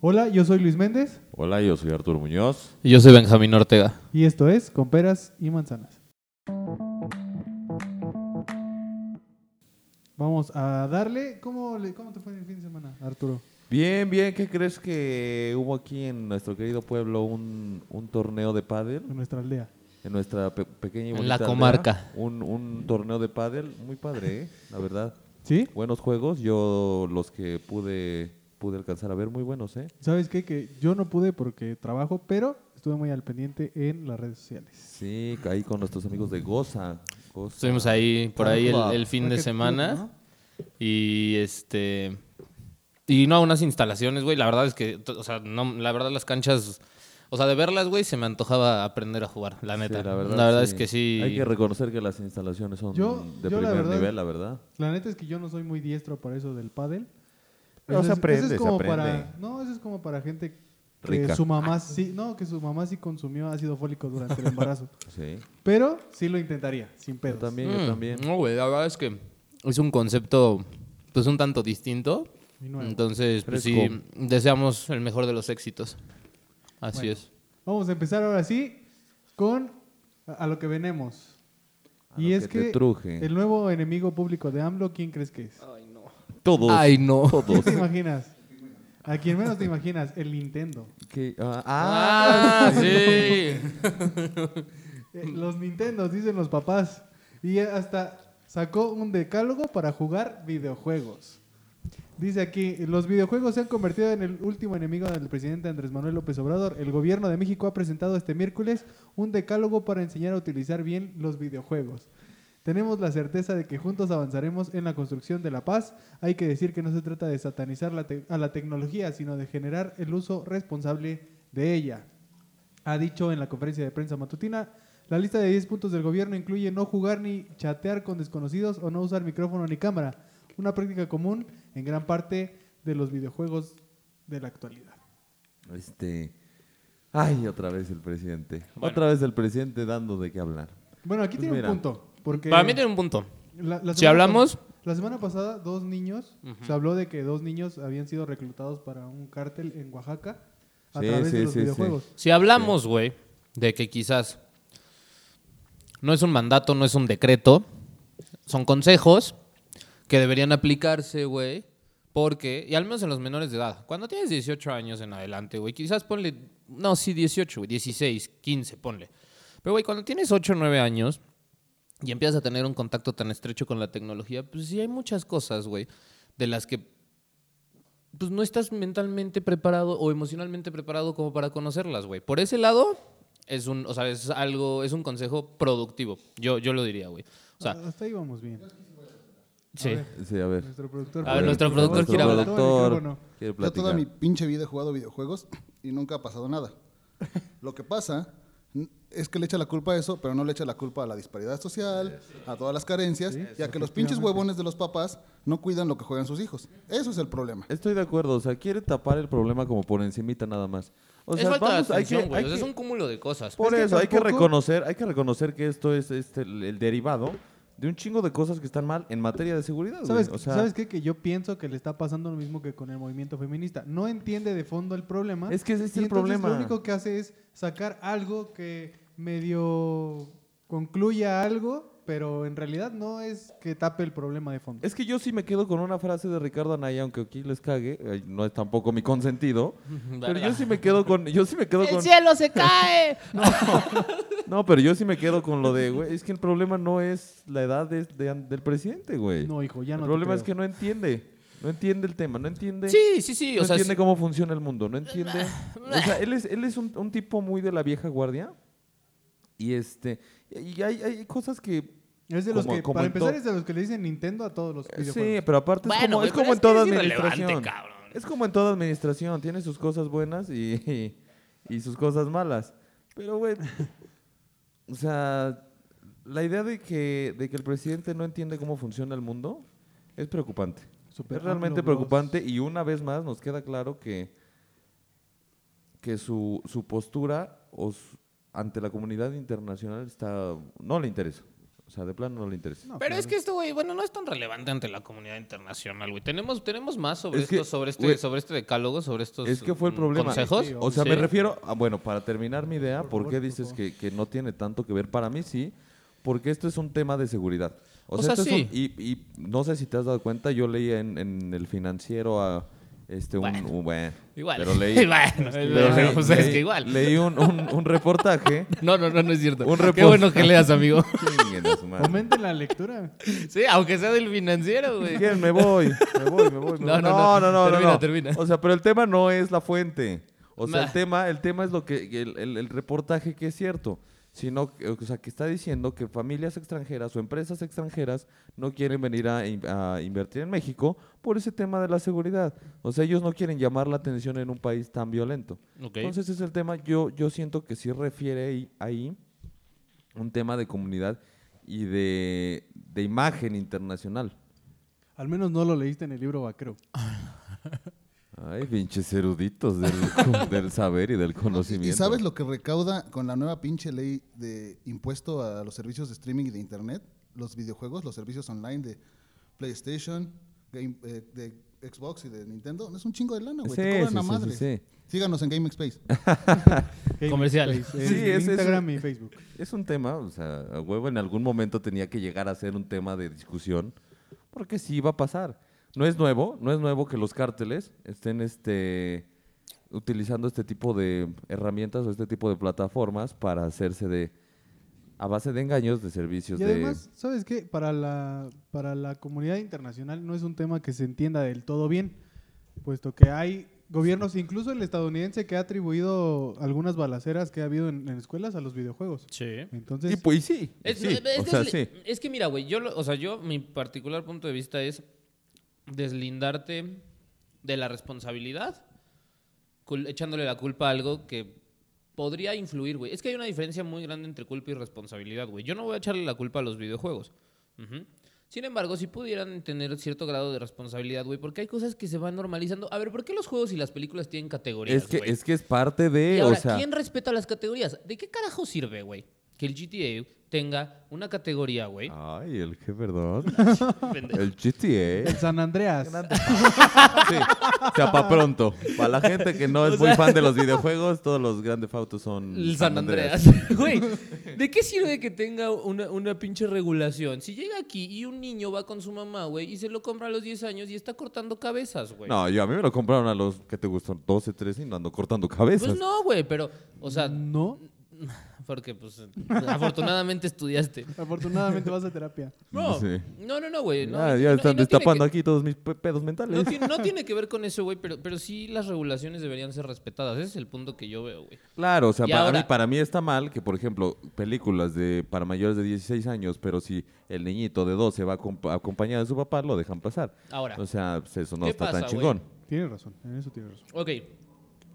Hola, yo soy Luis Méndez Hola, yo soy Arturo Muñoz. Y Yo soy Benjamín Ortega. y esto es Con Peras y Manzanas. Vamos a darle. ¿Cómo, le- ¿Cómo te fue el fin de semana, Arturo? Bien, bien, ¿qué crees que hubo aquí en nuestro querido pueblo un, un torneo de pádel? En nuestra aldea. En nuestra pe- pequeña y En bonita la aldea. comarca. un, un torneo de pádel muy padre, ¿eh? la verdad. ¿Sí? Buenos juegos, yo los que pude pude alcanzar a ver muy buenos, ¿eh? ¿Sabes qué? Que yo no pude porque trabajo, pero estuve muy al pendiente en las redes sociales. Sí, caí con nuestros amigos de Goza. Goza. Estuvimos ahí, por Ah, ahí el, el fin de Racket semana. Y este. Y no, unas instalaciones, güey. La verdad es que, to- o sea, no, la verdad las canchas. O sea, de verlas, güey, se me antojaba aprender a jugar, la Sí, neta. la verdad, es sí. que sí. Hay que reconocer que las instalaciones son Yo- de yo la primer verdad- nivel, la verdad. La neta es que yo no soy muy diestro para eso del pádel. Pero se Eso es- eso aprende, se es como aprende. Para, no, eso es como para gente que Rica. su mamá sí, no, que su mamá sí consumió ácido fólico durante el embarazo. Sí. Pero sí lo intentaría, sin Yo pedos. también, yo Mm, también. No, güey, la verdad es que es un concepto, pues un tanto distinto. Y nuevo. Entonces, pues sí, Fresco. deseamos el mejor de los éxitos. Así Bueno. es. Vamos a empezar ahora sí con a, a lo que venemos. A y lo es que te que truje. el nuevo enemigo público de AMLO, ¿quién crees que es? Todos. Ay, no. ¿Quién te imaginas? A quien menos te imaginas, el Nintendo. Que- ah, ah, Ah, sí. Eh, Los Nintendos, dicen los papás. Y hasta sacó un decálogo para jugar videojuegos. Dice aquí, los videojuegos se han convertido en el último enemigo del presidente Andrés Manuel López Obrador. El gobierno de México ha presentado este miércoles un decálogo para enseñar a utilizar bien los videojuegos. Tenemos la certeza de que juntos avanzaremos en la construcción de la paz. Hay que decir que no se trata de satanizar la te- a la tecnología, sino de generar el uso responsable de ella. Ha dicho en la conferencia de prensa matutina, la lista de 10 puntos del gobierno incluye no jugar ni chatear con desconocidos o no usar micrófono ni cámara, una práctica común en gran parte de los videojuegos de la actualidad. Este. Ay, otra vez el presidente. Otra vez el presidente dando de qué hablar. Bueno, aquí Pues tiene mira. un punto, porque Para mí tiene un punto. la- la si semana hablamos- pas- la semana pasada dos niños, se habló de que dos niños habían sido reclutados para un cártel en Oaxaca a Sí, través sí, de los sí, sí. videojuegos. Si hablamos, güey, de que quizás no es un mandato, no es un decreto, son consejos que deberían aplicarse, güey, porque, y al menos en los menores de edad, cuando tienes 18 años en adelante, güey, quizás ponle, no, sí, 18, güey, 16, 15, ponle. Pero, güey, cuando tienes 8 o 9 años y empiezas a tener un contacto tan estrecho con la tecnología, pues sí hay muchas cosas, güey, de las que pues no estás mentalmente preparado o emocionalmente preparado como para conocerlas, güey. Por ese lado, es un, o sea, es algo, es un consejo productivo. Yo, yo lo diría, güey. O sea, Ah, Hasta ahí vamos bien. sí. Sí, a ver. Nuestro productor, A ver, nuestro productor quiere hablar. Todo el micrófono. quiere Yo toda platicar. mi pinche vida he jugado videojuegos y nunca ha pasado nada. Lo que pasa n- es que le echa la culpa a eso, pero no le echa la culpa a la disparidad social, a todas las carencias, y a que los pinches huevones de los papás no cuidan lo que juegan sus hijos. Eso es el problema. Estoy de acuerdo. O sea, quiere tapar el problema como por encimita nada más. O es sea, falta vamos, de hay que- atención, güey. hay O sea, es que- un cúmulo de cosas. Por Es que eso, hay que tampoco- reconocer, hay que reconocer que esto es este, el, el derivado de un chingo de cosas que están mal en materia de seguridad. güey. ¿Sabes, O sea, ¿Sabes qué? Que yo pienso que le está pasando lo mismo que con el movimiento feminista. No entiende de fondo el problema. Es que ese es y el entonces problema. Lo único que hace es sacar algo que medio concluya algo, pero en realidad no es que tape el problema de fondo. Es que yo sí me quedo con una frase de Ricardo Anaya, aunque aquí les cague, eh, no es tampoco mi consentido, pero yo ¿Verdad? sí me quedo con yo sí me quedo con cielo se cae! No, pero yo sí me quedo con lo de, güey, es que el problema no es la edad de- de- del presidente, güey. No, hijo, ya no. el problema es que no entiende, no entiende el tema, no entiende sí, sí, sí. no O sea, entiende sí. cómo funciona el mundo, no entiende. o sea, él es, él es un, un tipo muy de la vieja guardia. Y este y hay, hay cosas que Es de los como- que, como para en empezar, to- es de los que le dicen Nintendo a todos los Eh, Sí, videojuegos. pero aparte es Bueno, como, güey, es pero como es en que toda es irrelevante, administración. cabrón. Es como en toda administración, tiene sus cosas buenas y, y, sus cosas malas. Pero, güey, o sea, la idea de que, de que el presidente no entiende cómo funciona el mundo es preocupante. Super es realmente AMLO Bros. preocupante y una vez más nos queda claro que, que su, su postura o su- ante la comunidad internacional está no le interesa. O O sea, de plano no le interesa. Pero es que esto, güey, bueno, no es tan relevante ante la comunidad internacional, güey. Tenemos, tenemos más sobre Es que, esto, sobre este, güey, sobre este decálogo, sobre estos Es que fue el mm, problema. consejos. O sea, Sí. me refiero, a- bueno, para terminar mi idea, ¿por favor, qué por dices favor. que, que no tiene tanto que ver? Para mí sí, porque esto es un tema de seguridad. O, O sea, sea, esto es un- sí. y, y no sé si te has dado cuenta, yo leía en, en el financiero a este un, Bueno. un- bueno, Igual. pero leí, pero bueno, leí- o sea, es leí- que igual. leí un, un- un reportaje. No, no, no, no es cierto. Un Qué repost- bueno que leas, amigo. Chinguen a su madre. Comenten la lectura. Sí, aunque sea del financiero, güey. ¿Quién? Me voy, me voy, me voy. me No, voy. no, no. Termina, termina. O sea, pero el tema no es la fuente. O sea, Nah. el tema, el tema es lo que el, el- el reportaje que es cierto, sino que- o sea, que está diciendo que familias extranjeras o empresas extranjeras no quieren venir a, in- a invertir en México por ese tema de la seguridad. O sea, ellos no quieren llamar la atención en un país tan violento. Ok. Entonces, ese es el tema. Yo, yo siento que sí refiere ahí- ahí un tema de comunidad y de, de imagen internacional. Al menos no lo leíste en el libro vaquero. Ay, pinches eruditos del, del saber y del conocimiento. ¿Y sabes lo que recauda con la nueva pinche ley de impuesto a los servicios de streaming y de internet? Los videojuegos, los servicios online de PlayStation, Game- eh, de Xbox y de Nintendo. Es un chingo de lana, güey. Sí, Te cobran sí, a sí, madre. sí, sí. Síganos en Game Space. Game Comercial. Space, en Sí, es- es- Instagram y Facebook. Es un tema, o sea, a huevo en algún momento tenía que llegar a ser un tema de discusión, porque sí iba a pasar. No es nuevo, no es nuevo que los cárteles estén este, utilizando este tipo de herramientas o este tipo de plataformas para hacerse de, a base de engaños, de servicios Y de... además, ¿sabes qué? Para la, para la comunidad internacional no es un tema que se entienda del todo bien, puesto que hay gobiernos, incluso el estadounidense, que ha atribuido algunas balaceras que ha habido en, en escuelas a los videojuegos. Sí. Entonces, y pues sí, Es, sí, es- o es sea, desli- sí. es que mira, güey, yo, lo- o sea, yo, mi particular punto de vista es deslindarte de la responsabilidad, cul- echándole la culpa a algo que podría influir, güey. Es que hay una diferencia muy grande entre culpa y responsabilidad, güey. Yo no voy a echarle la culpa a los videojuegos. Ujú. Sin embargo, si pudieran tener cierto grado de responsabilidad, güey, porque hay cosas que se van normalizando. A ver, ¿por qué los juegos y las películas tienen categorías? Es que, güey? es que es parte Y de, ahora, o sea... ¿quién respeta las categorías? ¿De qué carajo sirve, güey? Que el GTA tenga una categoría, güey. Ay, el que, perdón. pendejo. El ¿eh? GTA. el San Andreas. Sí. O sea, para pronto. Para la gente que no es muy fan de los videojuegos, todos los grandes autos son. El San Andreas. Güey, ¿de qué sirve que tenga una, una pinche regulación? Si llega aquí y un niño va con su mamá, güey, y se lo compra a los 10 años y está cortando cabezas, güey. No, yo a mí me lo compraron a los que te gustan 12, 13 y no ando cortando cabezas. Pues no, güey, pero, o sea, No, porque pues afortunadamente estudiaste. afortunadamente vas a terapia. No, Sí. no, no, no, güey. no, Ah, y- y ya no- y están no tiene destapando que- aquí todos mis pe- pedos mentales. No tiene, no tiene que ver con eso, güey, pero, pero sí las regulaciones deberían ser respetadas. Ese es el punto que yo veo, güey. Claro, o sea, Y para, ahora- mí, para mí está mal que, por ejemplo, películas de para mayores de 16 años, pero si el niñito de 12 va acompa- acompañado de su papá, lo dejan pasar. Ahora. O sea, pues eso no ¿Qué está pasa, tan güey? chingón. Tienes razón, en eso tienes razón. Ok,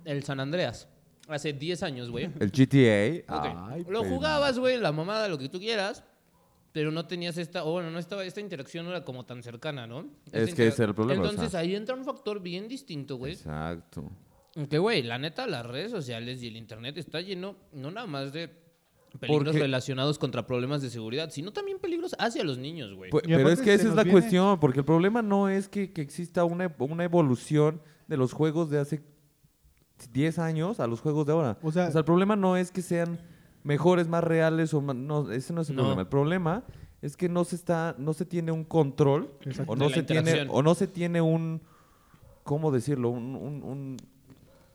el San Andreas. Hace 10 años, güey. El GTA. Ok, ay, lo pero- jugabas, güey, la mamada, lo que tú quieras, pero no tenías esta, o bueno, no estaba, esta interacción no era como tan cercana, ¿no? Esta Es que ese interac- era el problema, o Entonces sea. ahí entra un factor bien distinto, güey. Exacto. Que, güey, la neta, las redes sociales y el internet está lleno, no nada más de peligros Porque- relacionados contra problemas de seguridad, sino también peligros hacia los niños, güey. Pu- Y pero aparte es que se esa es nos la viene- cuestión, porque el problema no es que, que exista una, ev- una evolución de los juegos de hace 10 años a los juegos de ahora. O O sea- sea, el problema no es que sean mejores, más reales o ma- no, ese no es el No. problema. El problema es que no se está no se tiene un control Exacto. o De no la se tiene interacción. o no se tiene un ¿cómo decirlo? Un, un- un-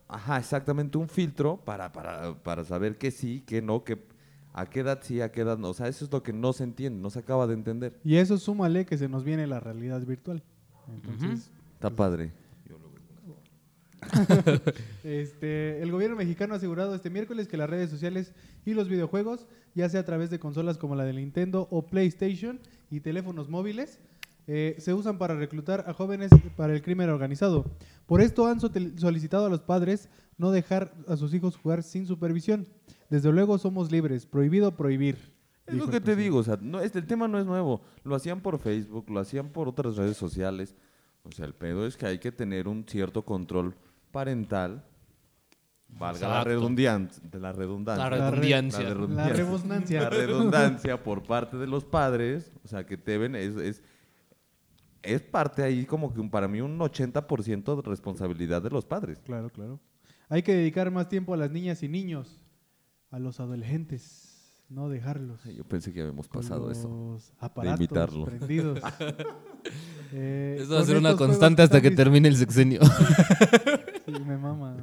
ajá, exactamente un filtro para, para, para saber qué sí, qué no, qué a qué edad sí, a qué edad no. O sea, eso es lo que no se entiende, no se acaba de entender. Y eso súmale que se nos viene la realidad virtual. Entonces, Está padre. Este, el gobierno mexicano ha asegurado este miércoles que las redes sociales y los videojuegos, ya sea a través de consolas como la de Nintendo o PlayStation y teléfonos móviles, eh, se usan para reclutar a jóvenes para el crimen organizado. Por esto han sotel- solicitado a los padres no dejar a sus hijos jugar sin supervisión. Desde luego somos libres, prohibido prohibir. Es dijo lo el que te presidente. digo, o sea, no, este, el tema no es nuevo. Lo hacían por Facebook, lo hacían por otras redes sociales. O sea, el pedo es que hay que tener un cierto control parental Valga la, Exacto. redundancia, la redundancia. La re- redundancia. La La rebusnancia. La redundancia por parte de los padres, o sea, que te ven, es, es, es parte ahí como que un- para mí un 80% de responsabilidad de los padres. Claro, claro. Hay que dedicar más tiempo a las niñas y niños, a los adolescentes, no dejarlos. Ay, Yo pensé que habíamos con pasado eso. los aparatos imitarlo. prendidos. Eh, Eso va a con ser una estos juegos constante hasta que están termine el sexenio. Sí, me mama. me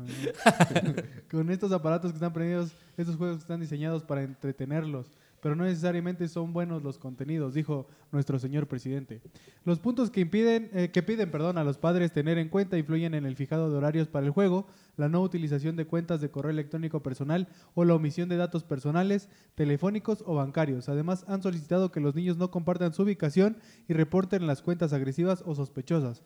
mama. Con estos aparatos que están prendidos, estos juegos están diseñados para entretenerlos, pero no necesariamente son buenos los contenidos, dijo nuestro señor presidente. Los puntos que impiden, eh, que piden, perdón, a los padres tener en cuenta influyen en el fijado de horarios para el juego, la no utilización de cuentas de correo electrónico personal o la omisión de datos personales, telefónicos o bancarios. Además, han solicitado que los niños no compartan su ubicación y reporten las cuentas agresivas o sospechosas.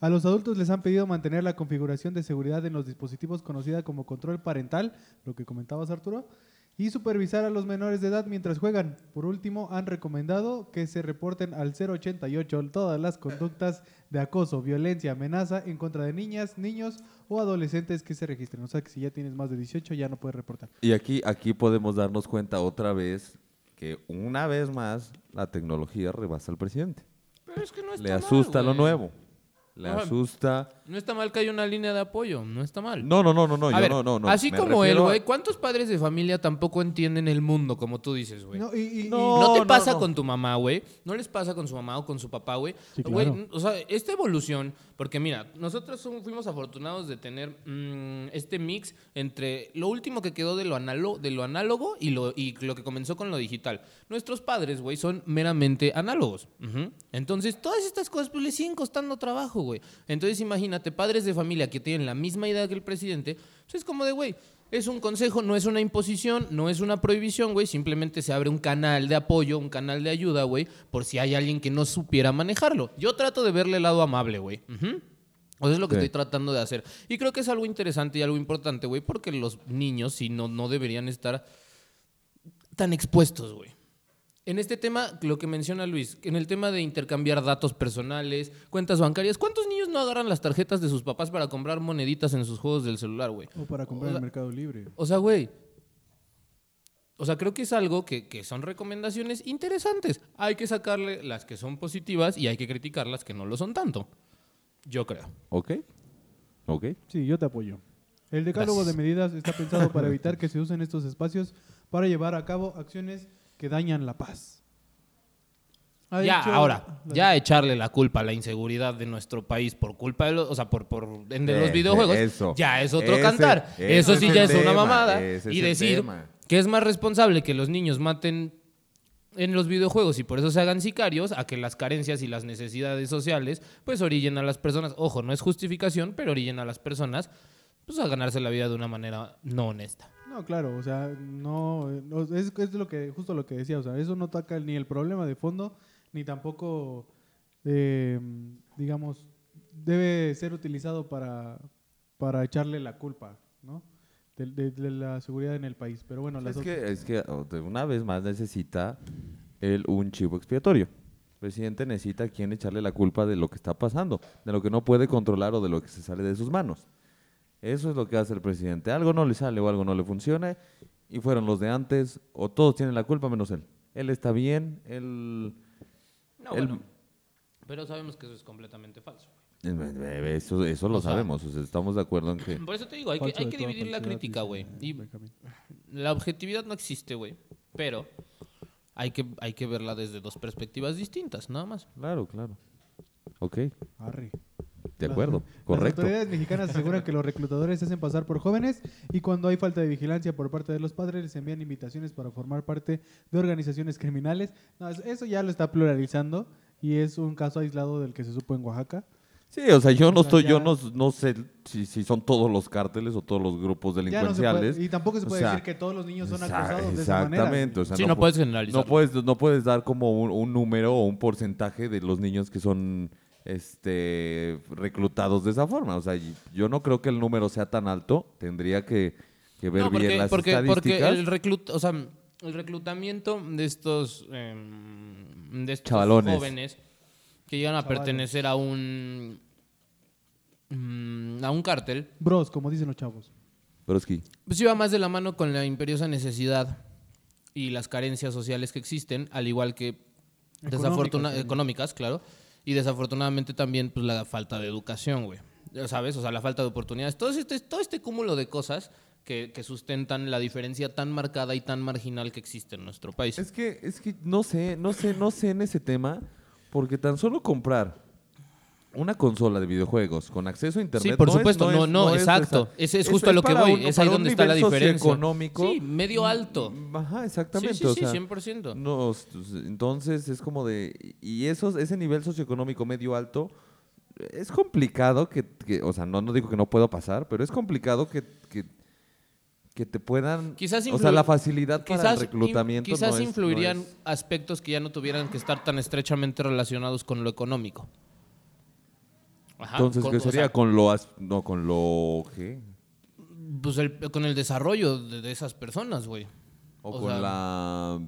A los adultos les han pedido mantener la configuración de seguridad en los dispositivos conocida como control parental, lo que comentabas Arturo, y supervisar a los menores de edad mientras juegan. Por último, han recomendado que se reporten al 088 todas las conductas de acoso, violencia, amenaza en contra de niñas, niños o adolescentes que se registren. O sea que si ya tienes más de 18 ya no puedes reportar. Y aquí, aquí podemos darnos cuenta otra vez que una vez más la tecnología rebasa al presidente. Pero es que no Le asusta lo Pues güey. nuevo. Le Ajá. asusta. No está mal que haya una línea de apoyo, no está mal. No, no, no, no, no, A yo ver, no, no, no. Así me como él, refiero a- güey, ¿cuántos padres de familia tampoco entienden el mundo, como tú dices, güey? No, y, y- y- No. No te no, pasa no. con tu mamá, güey. No les pasa con su mamá o con su papá, güey. Sí, Güey, claro. O sea, esta evolución, porque mira, nosotros somos- fuimos afortunados de tener mm, este mix entre lo último que quedó de lo, analo- de lo análogo y lo, y lo que comenzó con lo digital. Nuestros padres, güey, son meramente análogos. Ujú. Entonces, todas estas cosas pues, les siguen costando trabajo, güey. Entonces, imagínate, padres de familia que tienen la misma idea que el presidente, pues es como de, güey, es un consejo, no es una imposición, no es una prohibición, güey. Simplemente se abre un canal de apoyo, un canal de ayuda, güey, por si hay alguien que no supiera manejarlo. Yo trato de verle el lado amable, güey. Ujú. O sea, es lo que Sí. estoy tratando de hacer. Y creo que es algo interesante y algo importante, güey, porque los niños, si no, no deberían estar tan expuestos, güey. En este tema, lo que menciona Luis, en el tema de intercambiar datos personales, cuentas bancarias, ¿cuántos niños no agarran las tarjetas de sus papás para comprar moneditas en sus juegos del celular, güey? o para comprar O en sea- el mercado libre. O sea, güey. O sea, creo que es algo que, que son recomendaciones interesantes. Hay que sacarle las que son positivas y hay que criticar las que no lo son tanto. Yo creo. Ok. Ok. Sí, yo te apoyo. El decálogo Gracias. de medidas está pensado para evitar que se usen estos espacios para llevar a cabo acciones que dañan la paz. Ha ya, dicho- ahora, ya echarle la culpa a la inseguridad de nuestro país por culpa de los, o sea, por, por en de los Ese, videojuegos, eso. ya es otro Ese- cantar. ese Eso es sí el ya es una tema, mamada. ese es Y el decir tema. que es más responsable que los niños maten en los videojuegos y por eso se hagan sicarios a que las carencias y las necesidades sociales pues orillen a las personas. Ojo, no es justificación, pero orillen a las personas pues a ganarse la vida de una manera no honesta. No, claro, o sea, no, eh, no, es, es lo que, justo lo que decía, o sea, eso no toca ni el problema de fondo, ni tampoco, eh, digamos, debe ser utilizado para, para echarle la culpa, ¿no? De, de- de la seguridad en el país. Pero bueno, las Es otras- que, es que oh, de una vez más necesita él un chivo expiatorio. El presidente necesita a quien echarle la culpa de lo que está pasando, de lo que no puede controlar o de lo que se sale de sus manos. Eso es lo que hace el presidente. Algo no le sale o algo no le funciona y fueron los de antes o todos tienen la culpa menos él. Él está bien, él... No, él- bueno, pero sabemos que eso es completamente falso. eh, Eso, eso lo O sea- sabemos, o sea, estamos de acuerdo en que... Por eso te digo, hay que, Falso hay de que toda dividir la falsedad, crítica, dice güey. Y Benjamín. La objetividad no existe, güey. Pero hay que, hay que verla desde dos perspectivas distintas, nada más. Claro, claro. Ok, Arre. de Las- acuerdo, Las correcto. autoridades mexicanas aseguran que los reclutadores se hacen pasar por jóvenes y cuando hay falta de vigilancia por parte de los padres les envían invitaciones para formar parte de organizaciones criminales. No, es- eso ya lo está pluralizando y es un caso aislado del que se supo en Oaxaca. Sí, o sea, yo no O sea, estoy, yo ya- no, no sé si, si son todos los cárteles o todos los grupos Ya no se puede- delincuenciales. y tampoco se O puede sea, decir que todos los niños son exa- acusados de esa manera. Exactamente. o sea, Sí, no pu- puedes generalizar. No puedes, no puedes dar como un, un número o un porcentaje de los niños que son este reclutados de esa forma. O sea, y- yo no creo que el número sea tan alto. Tendría que, que ver No, bien porque, las porque, porque estadísticas. el, reclut- o sea, el reclutamiento de estos, em, de estos Chavalones. jóvenes que llegan a pertenecer a un mm, a un cártel Bros, como dicen los chavos. Broski? Pues iba más de la mano con la imperiosa necesidad y las carencias sociales que existen, al igual que desafortuna- también. económicas, claro, y desafortunadamente también pues, la falta de educación, güey. Ya ¿Sabes? O sea, la falta de oportunidades. Todo este, todo este cúmulo de cosas que, que sustentan la diferencia tan marcada y tan marginal que existe en nuestro país. Es que, es que no sé, no sé, no sé en ese tema, porque tan solo comprar una consola de videojuegos con acceso a internet. Sí, por no es- supuesto, no, es- no, es- exacto. esa- Ese es eso justo a lo que para voy, un- es para ahí un donde está la nivel diferencia. socioeconómico. Sí, medio alto. Ajá, exactamente. Sí, sí, o sí, sea, 100%. no, s- s- entonces es como de. Y esos, ese nivel socioeconómico medio alto es complicado que. que- o sea, no, no digo que no pueda pasar, pero es complicado que. que que te puedan. Quizás o sea, influ- la facilidad para el in- reclutamiento. no quizás es- no influirían es- aspectos que ya no tuvieran que estar tan estrechamente relacionados con lo económico. Ajá, Entonces, con- ¿qué o sea, sería? con lo... as- No, con lo... ¿Qué? pues el- con el desarrollo de, de esas personas, güey. O, O con sea- la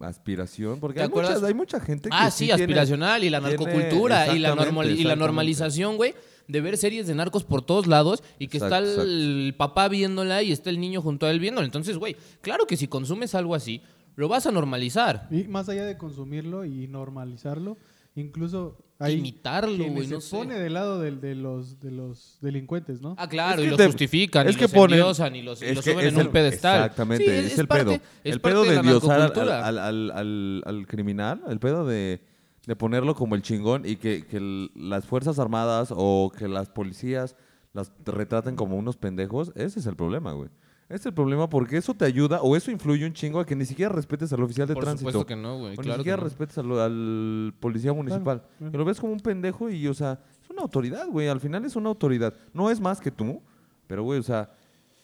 aspiración. Porque ¿Te hay, acuerdas? muchas- hay mucha gente que Ah, sí, tiene- aspiracional y la tiene- narcocultura y la, exactamente, normal- y la exactamente. normalización, güey, de ver series de narcos por todos lados y que Exacto, está el papá viéndola y está el niño junto a él viéndola. Entonces, güey, claro que si consumes algo así, lo vas a normalizar. Y más allá de consumirlo y normalizarlo, incluso hay Imitarlo, quienes güey, no se sé. pone del lado del- de, los, de los delincuentes, ¿no? Ah, Es claro, y que los te- justifican, es y que los ponen- endiosan, y los, y es los que suben es en un el- pedestal. Exactamente, Sí, es, el parte- pedo. es el parte pedo de la endiosar al, narcocultura. al- al- al- al criminal, el pedo de, de ponerlo como el chingón y que, que el- las Fuerzas Armadas o que las policías las retraten como unos pendejos, ese es el problema, güey. Ese es el problema porque eso te ayuda o eso influye un chingo a que ni siquiera respetes al oficial de Por tránsito. supuesto que no, güey, O claro que ni siquiera no. respetas al, al policía municipal. claro. Que lo ves como un pendejo y, o sea, es una autoridad, güey. Al final es una autoridad. No es más que tú, pero, güey, o sea,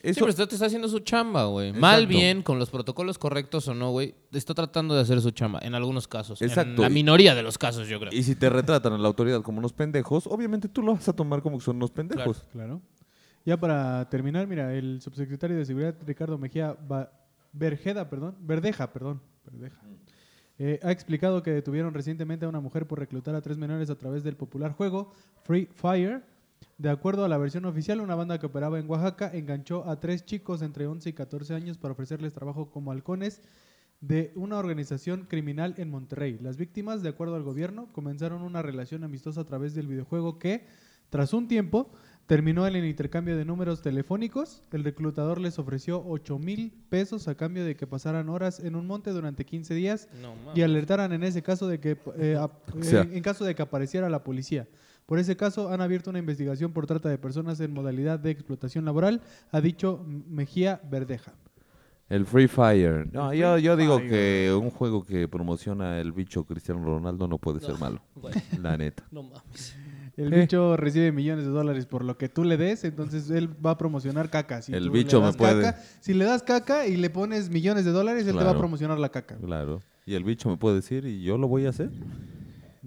Sí, eso, pero está, te está haciendo su chamba, güey. Mal Exacto. bien, con los protocolos correctos o no, güey, está tratando de hacer su chamba, en algunos casos. En Exacto, la y- minoría de los casos, yo creo. Y si te retratan a la autoridad como unos pendejos, obviamente tú lo vas a tomar como que son unos pendejos. Claro. Ya para terminar, mira, el subsecretario de Seguridad, Ricardo Mejía Ba- Verjeda, perdón, Verdeja, perdón, Verdeja, eh, ha explicado que detuvieron recientemente a una mujer por reclutar a tres menores a través del popular juego Free Fire. De acuerdo a la versión oficial, una banda que operaba en Oaxaca enganchó a tres chicos entre 11 y 14 años para ofrecerles trabajo como halcones de una organización criminal en Monterrey. Las víctimas, de acuerdo al gobierno, comenzaron una relación amistosa a través del videojuego que, tras un tiempo, terminó en el intercambio de números telefónicos. El reclutador les ofreció 8 mil pesos a cambio de que pasaran horas en un monte durante 15 días No, mames. y alertaran en ese caso de que eh, ap- O sea. en- en caso de que apareciera la policía. Por ese caso han abierto una investigación por trata de personas en modalidad de explotación laboral, ha dicho Mejía Verdeja. El Free Fire. No, yo, yo digo que un juego que promociona el bicho Cristiano Ronaldo no puede ser malo. güey. La neta. No mames. El Eh. bicho recibe millones de dólares por lo que tú le des, entonces él va a promocionar caca. Si El tú bicho le das me puede. caca- si le das caca y le pones millones de dólares, él te va a Claro. promocionar la caca. Claro. Y el bicho me puede decir y yo lo voy a hacer.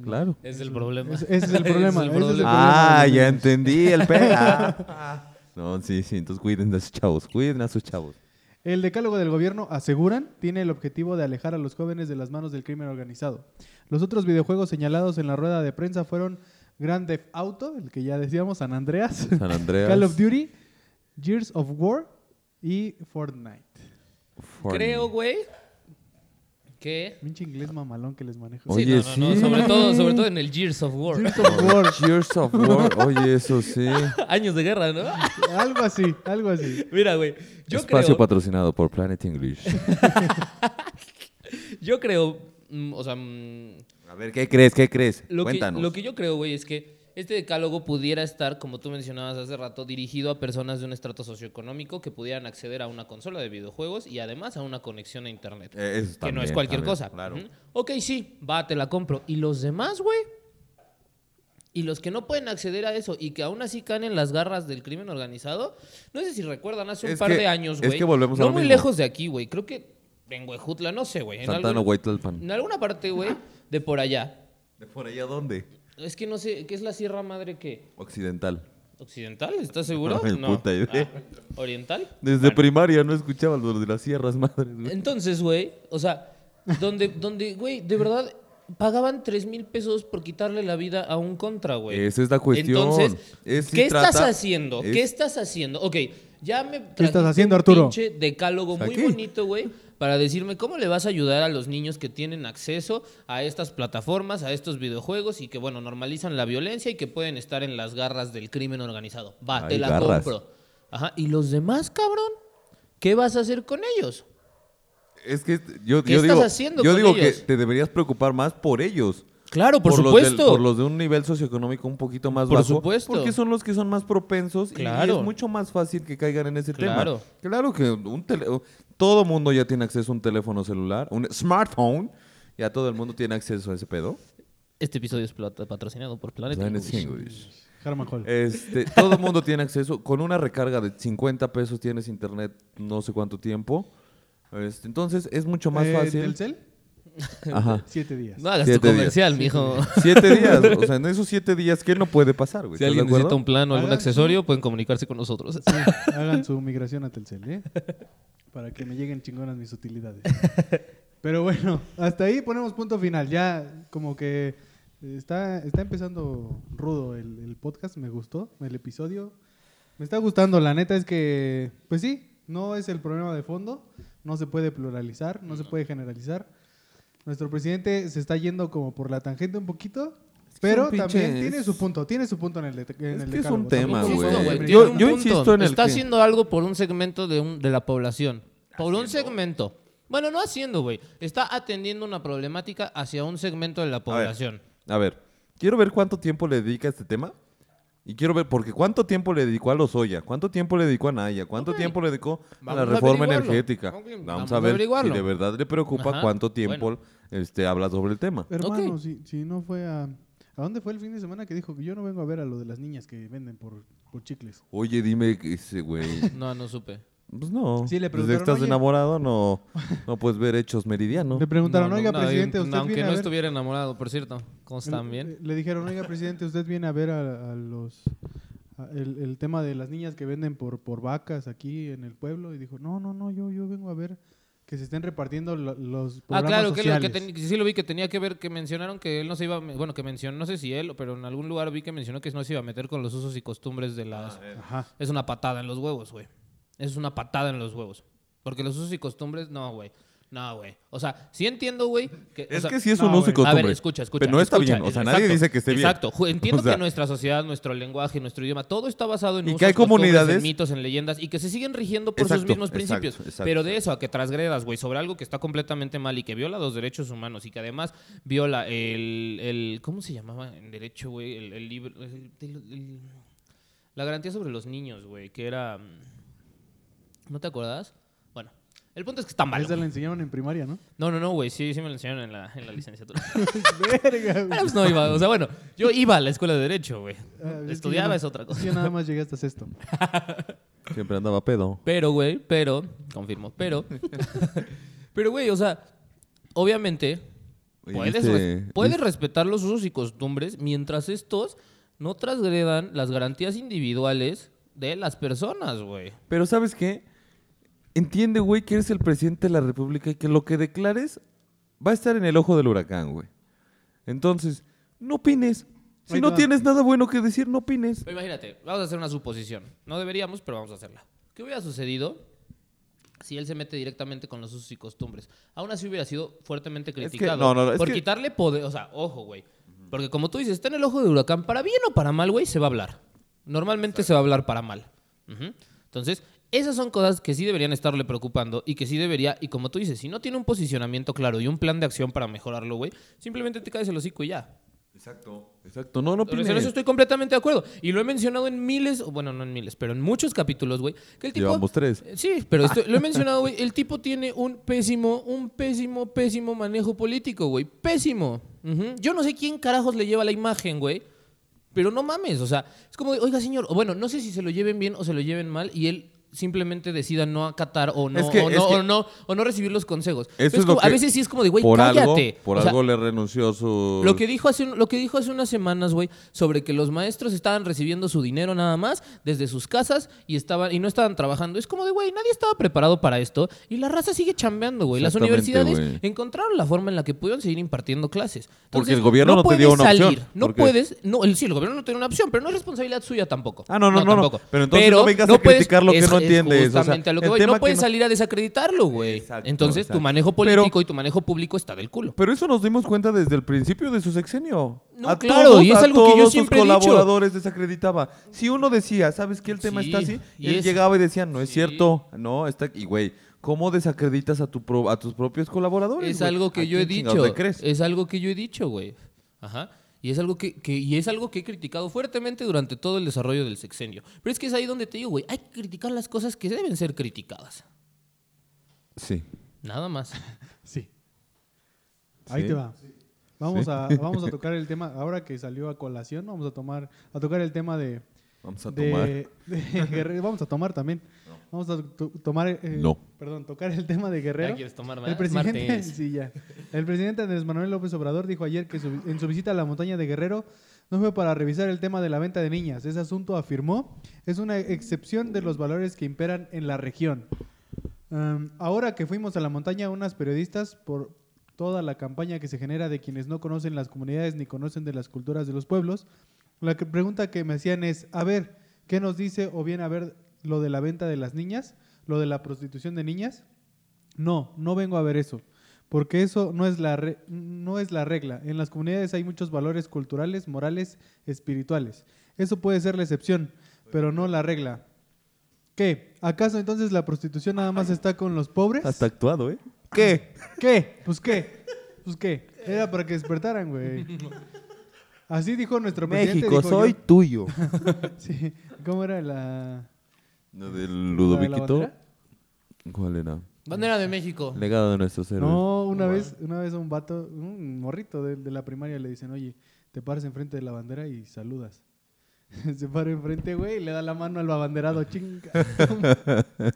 Claro. Es el problema. Ese- ese es el problema, ese es el problema. Ah, de los ya niños. entendí el pedo. Ah. No, sí, sí. Entonces cuiden a sus chavos. Cuiden a sus chavos. El decálogo del gobierno, aseguran, tiene el objetivo de alejar a los jóvenes de las manos del crimen organizado. Los otros videojuegos señalados en la rueda de prensa fueron Grand Theft Auto, el que ya decíamos, San Andreas, San Andreas. Call of Duty, Gears of War y Fortnite. Fortnite. Creo, güey, que... Pinche inglés mamalón que les manejo. Oye, sí, no, no, no, sí. Sobre todo, sobre todo en el Gears of War. Gears of War, Gears of War. Oye, eso sí. Años de guerra, ¿no? algo así, algo así. Mira, güey, yo Espacio creo... patrocinado por Planet English. Yo creo... mm, o sea... mm, A ver, ¿qué crees? ¿Qué crees? Lo que, Cuéntanos. lo que yo creo, güey, es que este decálogo pudiera estar, como tú mencionabas hace rato, dirigido a personas de un estrato socioeconómico que pudieran acceder a una consola de videojuegos y además a una conexión a internet. Eh, eso que no es también, cualquier también, cosa. claro. Ujú. Ok, sí, va, te la compro. ¿Y los demás, güey? Y los que no pueden acceder a eso y que aún así caen en las garras del crimen organizado, no sé si recuerdan, hace un Es par que- de años, es güey. que volvemos a No lo muy mismo. lejos de aquí, güey. Creo que en Huejutla, no sé, güey. En, Santana algún- Huaytlalpan. en alguna parte, güey, de por allá. ¿De por allá dónde? Es que no sé, ¿qué es la Sierra Madre qué? Occidental. ¿Occidental? ¿Estás seguro? Ay, puta idea. Ah, ¿Oriental? Desde primaria no escuchaba lo de las sierras madres. Eh, güey. Entonces, güey, o sea, donde, donde, güey, de verdad, pagaban tres mil pesos por quitarle la vida a un contra, güey. Esa es la cuestión. Entonces, Es si ¿qué estás trata- haciendo? es- ¿Qué estás haciendo? Ok, Ya me ¿Qué estás trajiste haciendo, un Arturo? pinche decálogo muy Aquí. bonito, güey, para decirme cómo le vas a ayudar a los niños que tienen acceso a estas plataformas, a estos videojuegos y que, bueno, normalizan la violencia y que pueden estar en las garras del crimen organizado. Va, Hay te la garras. compro. Ajá, y los demás, cabrón, ¿qué vas a hacer con ellos? Es que yo, ¿Qué yo estás digo, haciendo yo con digo ellos? que te deberías preocupar más por ellos. Claro, por, los del- supuesto. por los de un nivel socioeconómico un poquito más Por bajo. supuesto. Porque son los que son más propensos y- y, Claro. es mucho más fácil que caigan en ese Claro. tema. Claro que un tele- todo mundo ya tiene acceso a un teléfono celular, un smartphone. Ya todo el mundo tiene acceso a ese pedo. Este episodio es plata- patrocinado por Planet Planet English. English. Harman Hall. Este, todo el mundo tiene acceso. Con una recarga de 50 pesos tienes internet no sé cuánto tiempo. Este, entonces es mucho más Eh, fácil. ¿Telcel? Ajá. Siete días. No hagas tu Siete días. comercial, mijo. Siete días. O sea, en esos siete días, ¿qué no puede pasar, güey? Si ¿Estás de alguien acuerdo? necesita un plan o algún Hagan- accesorio, pueden comunicarse con nosotros. Hagan su migración a Telcel, ¿eh? Para que me lleguen chingonas mis utilidades. Pero bueno, hasta ahí ponemos punto final. Ya como que está, está empezando rudo el, el podcast, me gustó el episodio. Me está gustando, la neta es que, pues sí, no es el problema de fondo, no se puede pluralizar, no se puede generalizar. Nuestro presidente se está yendo como por la tangente un poquito, pero un pinche- también tiene es- su punto, tiene su punto en el, de- en Es el que es decálogo un también. tema, Insisto, güey. güey, tiene Yo- un yo punto. insisto en el Está que- haciendo algo por un segmento de, un, de la población. Por un segmento. Bueno, no haciendo, güey. Está atendiendo una problemática hacia un segmento de la A ver, población. A ver, quiero ver cuánto tiempo le dedica a este tema. Y quiero ver, porque cuánto tiempo le dedicó a Lozoya, cuánto tiempo le dedicó a Naya, cuánto Ok. tiempo le dedicó a Vamos la a reforma averiguarlo. energética. Ok, Vamos, vamos a a ver si averiguarlo. de verdad le preocupa Ajá, cuánto tiempo bueno. este, habla sobre el tema. Hermano, Ok. si, si no fue a... ¿A dónde fue el fin de semana que dijo que yo no vengo a ver a lo de las niñas que venden por, por chicles? Oye, dime que ese güey. No, no supe. Pues no. Sí, le Desde que preguntaron, estás "Oye". enamorado no, no puedes ver hechos meridianos. Le preguntaron, No, no, oiga, no, presidente, no, usted Aunque viene no a ver... estuviera pues, enamorado, por cierto. Constan Eh, bien. Le dijeron, oiga, presidente, usted viene a ver a, a los... a el, el tema de las niñas que venden por, por vacas aquí en el pueblo. Y dijo, no, no, no, yo, yo vengo a ver que se estén repartiendo lo- los Ah, programas claro, que, lo sociales. que ten- sí lo vi que tenía que ver, que mencionaron que él no se iba, a me- bueno, que mencionó, no sé si él, pero en algún lugar vi que mencionó que no se iba a meter con los usos y costumbres de las... Ajá. Es una patada en los huevos, güey. Es una patada en los huevos. Porque los usos y costumbres, no, güey. No, güey. O sea, sí entiendo, güey. que- o Es sea, que sí es no, un uso güey. y costumbre. A ver, escucha, escucha. Pero no está escucha, bien. O sea, exacto, nadie dice que esté bien. Exacto. Ju- Entiendo O sea, que nuestra sociedad, nuestro lenguaje, nuestro idioma, todo está basado en Y que usos, hay costumbres, comunidades- en mitos, en leyendas y que se siguen rigiendo por Exacto, sus mismos exacto, principios. exacto, Pero de eso a que transgredas, güey, sobre algo que está completamente mal y que viola los derechos humanos y que además viola el, el ¿cómo se llamaba en derecho, güey? El, el libro, el- el- el- la garantía sobre los niños, güey, que era, mm, ¿no te acuerdas? Bueno, el punto es que está mal. Esa güey. la enseñaron en primaria, ¿no? No, no, no, güey, sí, sí me lo enseñaron en la, en la licenciatura. Verga, güey. Ah, pues no iba, o sea, bueno, yo iba a la escuela de Derecho, güey. Ah, que Estudiaba yo no- es otra cosa. Yo nada más llegué hasta sexto. Siempre andaba pedo. Pero, güey, pero, confirmo, pero. pero, güey, o sea, obviamente, Oye, puedes, ¿viste- res- puedes respetar los usos y costumbres mientras estos no transgredan las garantías individuales de las personas, güey. Pero ¿sabes qué? Entiende, güey, que eres el presidente de la República y que lo que declares va a estar en el ojo del huracán, güey. Entonces, no opines. Si Ahí te no va. tienes nada bueno que decir, no opines. Pero imagínate, vamos a hacer una suposición. No deberíamos, pero vamos a hacerla. ¿Qué hubiera sucedido si él se mete directamente con los usos y costumbres? Aún así hubiera sido fuertemente que- criticado. no, no, no, es por que- quitarle poder. O sea, ojo, güey. Porque como tú dices, está en el ojo de huracán. Para bien o para mal, güey, se va a hablar. Normalmente se va a hablar para mal. Ujú. Entonces, esas son cosas que sí deberían estarle preocupando y que sí debería. Y como tú dices, si no tiene un posicionamiento claro y un plan de acción para mejorarlo, güey, simplemente te caes el hocico y ya. Exacto. Exacto, no, no Pero opines. En eso estoy completamente de acuerdo. Y lo he mencionado en miles, o bueno, no en miles, pero en muchos capítulos, güey. Que el tipo. Llevamos tres. Eh, Sí, pero esto- lo he mencionado, güey. El tipo tiene un pésimo, un pésimo, pésimo manejo político, güey. Pésimo. Ujú. Yo no sé quién carajos le lleva la imagen, güey. Pero no mames, o sea, es como, de, oiga, señor, o bueno, no sé si se lo lleven bien o se lo lleven mal y él simplemente decida no acatar o no, Es que- o, no, es que- o no, o no recibir los consejos. Pero Eso es es lo como- A que- veces sí es como de, güey, por cállate. algo, por O sea, algo le renunció su... lo que dijo hace, un- lo que dijo hace unas semanas, güey, sobre que los maestros estaban recibiendo su dinero nada más desde sus casas y estaban y no estaban trabajando. Es como de, güey, nadie estaba preparado para esto y la raza sigue chambeando, güey. Las Exactamente, universidades güey. encontraron la forma en la que pudieron seguir impartiendo clases. Porque el gobierno no te dio puedes una opción, salir, No porque- puedes, no, el, sí, el gobierno no tiene una opción, pero no es responsabilidad suya tampoco. Ah, no, no, no, no. tampoco. Pero entonces no vengas a puedes- criticar lo que es no no entiendes. o sea, justamente a lo que el voy. tema No puedes no- salir a desacreditarlo, güey. Exacto, Entonces, exacto. tu manejo Pero- político y tu manejo público está del culo. Pero eso nos dimos cuenta desde el principio de su sexenio. No, claro, y es a algo que yo todos sus siempre he dicho. colaboradores desacreditaba. Si uno decía, ¿sabes qué? El tema Sí, está así, y él es- llegaba y decía, no es sí. cierto, no, está... Y güey, ¿cómo desacreditas a, tu pro- a tus propios colaboradores? Es güey? algo ¿A que yo he quién chingados dicho. Eh, le crees? Es algo que yo he dicho, güey. Ajá. Y es algo que, que- y es algo que he criticado fuertemente durante todo el desarrollo del sexenio. Pero es que es ahí donde te digo, güey, hay que criticar las cosas que deben ser criticadas. Sí. Nada más. Sí. Ahí Sí. te va. Vamos, a, vamos a tocar el tema, ahora que salió a colación, vamos a tomar, a tocar el tema de... Vamos a de- tomar. de Guerrero. Vamos a tomar también. Vamos a to- tomar... eh, No. Perdón, tocar el tema de Guerrero. ¿Ya quieres tomar más? El presidente, Martes. sí, ya. El presidente Andrés Manuel López Obrador dijo ayer que su- en su visita a la montaña de Guerrero no fue para revisar el tema de la venta de niñas. Ese asunto, afirmó, es una excepción de los valores que imperan en la región. Um, ahora que fuimos a la montaña, unas periodistas, por toda la campaña que se genera de quienes no conocen las comunidades ni conocen de las culturas de los pueblos, la que- pregunta que me hacían es, a ver, ¿qué nos dice o bien a ver lo de la venta de las niñas, lo de la prostitución de niñas? No, no vengo a ver eso, porque eso no es la re- no es la regla. En las comunidades hay muchos valores culturales, morales, espirituales. Eso puede ser la excepción, pero no la regla. ¿Qué? ¿Acaso entonces la prostitución nada más está con los pobres? Hasta actuado, ¿eh? ¿Qué? ¿Qué? Pues qué. Pues qué. Era para que despertaran, güey. Así dijo nuestro presidente. México, dijo soy yo- tuyo. Sí. ¿Cómo era la. ¿No la del de la Ludoviquito? bandera? ¿Cuál era? Bandera de México. Legado de nuestros héroes. No, una vez, una vez a un vato, un morrito de, de la primaria le dicen, oye, te paras enfrente de la bandera y saludas. Se para enfrente, güey, y le da la mano al abanderado, chinga.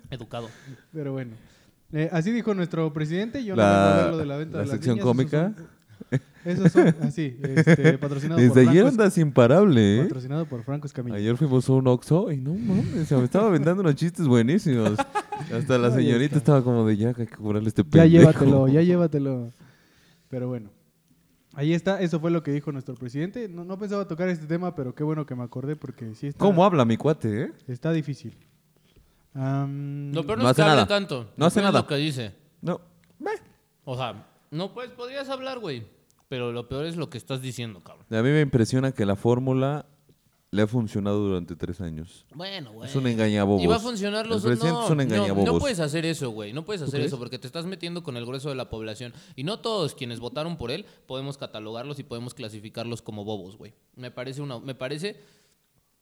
Educado. Pero bueno. Eh, así dijo nuestro presidente, yo no vengo a la, ver lo de la venta la de las sección niñas, cómica. Esos son, esos son- así, este, patrocinado por Desde ayer Franco andas imparable, ¿eh? Patrocinado por Franco Escamilla. Ayer fuimos a un Oxxo y no mames, se me estaba vendando unos chistes buenísimos. Hasta la Ay, Oscar. señorita estaba como de ya, hay que cobrarle este Ya pendejo. llévatelo, ya llévatelo. Pero bueno. Ahí está, eso fue lo que dijo nuestro presidente. No, no pensaba tocar este tema, pero qué bueno que me acordé porque sí está, ¿Cómo habla mi cuate, eh? está difícil. Am, Lo peor no, No es que hace hable nada. tanto. No hace Es nada. lo que dice. No. meh. O sea, no puedes, podrías hablar, güey. Pero lo peor es lo que estás diciendo, cabrón. A mí me impresiona que la fórmula le ha funcionado durante tres años. Bueno, güey. Es un engañabobos. Y va a funcionar los El dos. presidente No, es un no, engañabobos. no puedes hacer eso, güey. No puedes hacer crees? eso porque te estás metiendo con el grueso de la población. Y no todos quienes votaron por él podemos catalogarlos y podemos clasificarlos como bobos, güey. Me parece una. Me parece.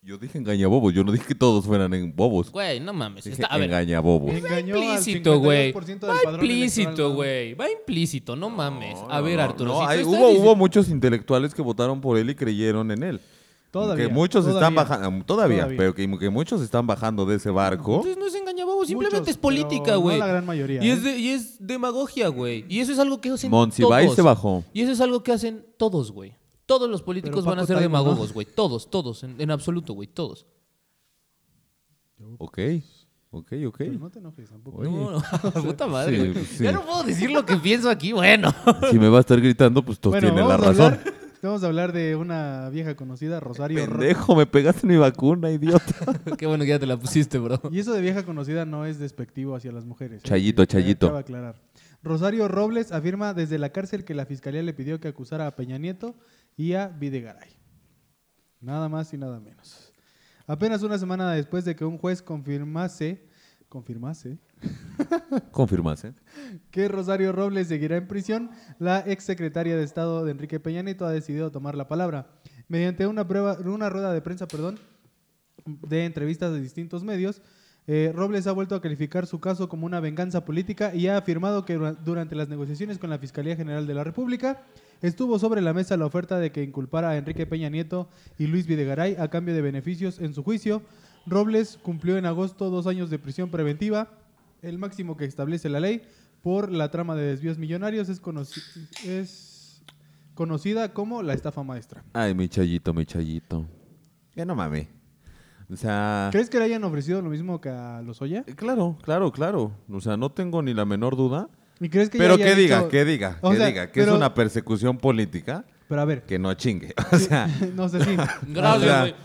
Yo dije engañabobos, yo no dije que todos fueran en bobos. Güey, no mames. Dije Está, a ver. engañabobos. engañó al Implícito, güey. 52% del Va padrón implícito, electoral, ¿no? güey. Va implícito, no mames. No, a no, ver, no, Arturo. no, si tú hay- estás hubo, dici- hubo muchos intelectuales que votaron por él y creyeron en él. Todavía, Que muchos están todavía. bajando. Todavía, Todavía. pero que, que muchos están bajando de ese barco. Entonces no es engañabobos, simplemente ¿Oh? Muchos, es política, pero no güey. la gran mayoría, Y, ¿eh? es de- y es demagogia, güey. Y eso es algo que hacen Monsiváis todos. se bajó. Y eso es algo que hacen todos, güey. Todos los políticos Pero van a Paco ser Taibo, ¿no? demagogos, güey. Todos, todos, en, en absoluto, güey, todos. Ok, ok, ok. Pero no te enojes tampoco. Oye, No, no, puta madre, Sí, güey. pues, sí. Ya no puedo decir lo que pienso aquí, bueno. si me va a estar gritando, pues todos tienen la vamos a razón. hablar- vamos a hablar de una vieja conocida, Rosario. Ro- Pendejo, me pegaste mi vacuna, idiota. Qué bueno que ya te la pusiste, bro. Y eso de vieja conocida no es despectivo hacia las mujeres. ¿eh? Chayito, Me Chayito. acaba de aclarar. Rosario Robles afirma desde la cárcel que la fiscalía le pidió que acusara a Peña Nieto y a Videgaray. Nada más y nada menos. Apenas una semana después de que un juez confirmase, confirmase Confirmas, ¿eh? que Rosario Robles seguirá en prisión, la exsecretaria de Estado de Enrique Peña Nieto ha decidido tomar la palabra. Mediante una, prueba, una rueda de prensa perdón, de entrevistas de distintos medios, eh, Robles ha vuelto a calificar su caso como una venganza política y ha afirmado que dura- durante las negociaciones con la Fiscalía General de la República estuvo sobre la mesa la oferta de que inculpara a Enrique Peña Nieto y Luis Videgaray a cambio de beneficios en su juicio. Robles cumplió en agosto dos años de prisión preventiva, el máximo que establece la ley por la trama de desvíos millonarios es, conoci- es conocida como la estafa maestra. Ay, mi chayito, mi chayito. Ya no mames. O sea. ¿Crees que le hayan ofrecido lo mismo que a Lozoya? Claro, claro, claro. O sea, no tengo ni la menor duda. ¿Y crees que ya pero haya que diga, dicho- que diga, O que sea, diga, que pero- es una persecución política, Pero a ver, que no chingue. O sea, no sé si. Gracias, o sea, güey.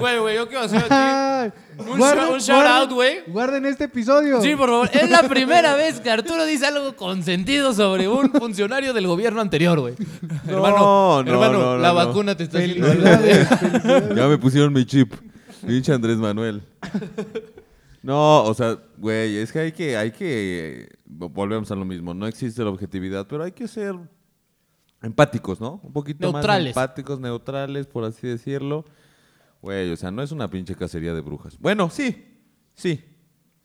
Güey, güey, yo quiero hacer a ti un, shou- un shout out, güey. Guarden este episodio. Sí, por favor. Es la primera vez que Arturo dice algo con sentido sobre un funcionario del gobierno anterior, güey. No, hermano, no, hermano, no, no, la no. vacuna te está haciendo. Felicidades. Ya me pusieron mi chip. Pinche Andrés Manuel. No, o sea, güey, es que hay que, hay que, volvemos a lo mismo, no existe la objetividad, pero hay que ser empáticos, ¿no? Un poquito Neutrales. más empáticos, neutrales, por así decirlo. Güey, o sea, no es una pinche cacería de brujas. Bueno, sí, sí,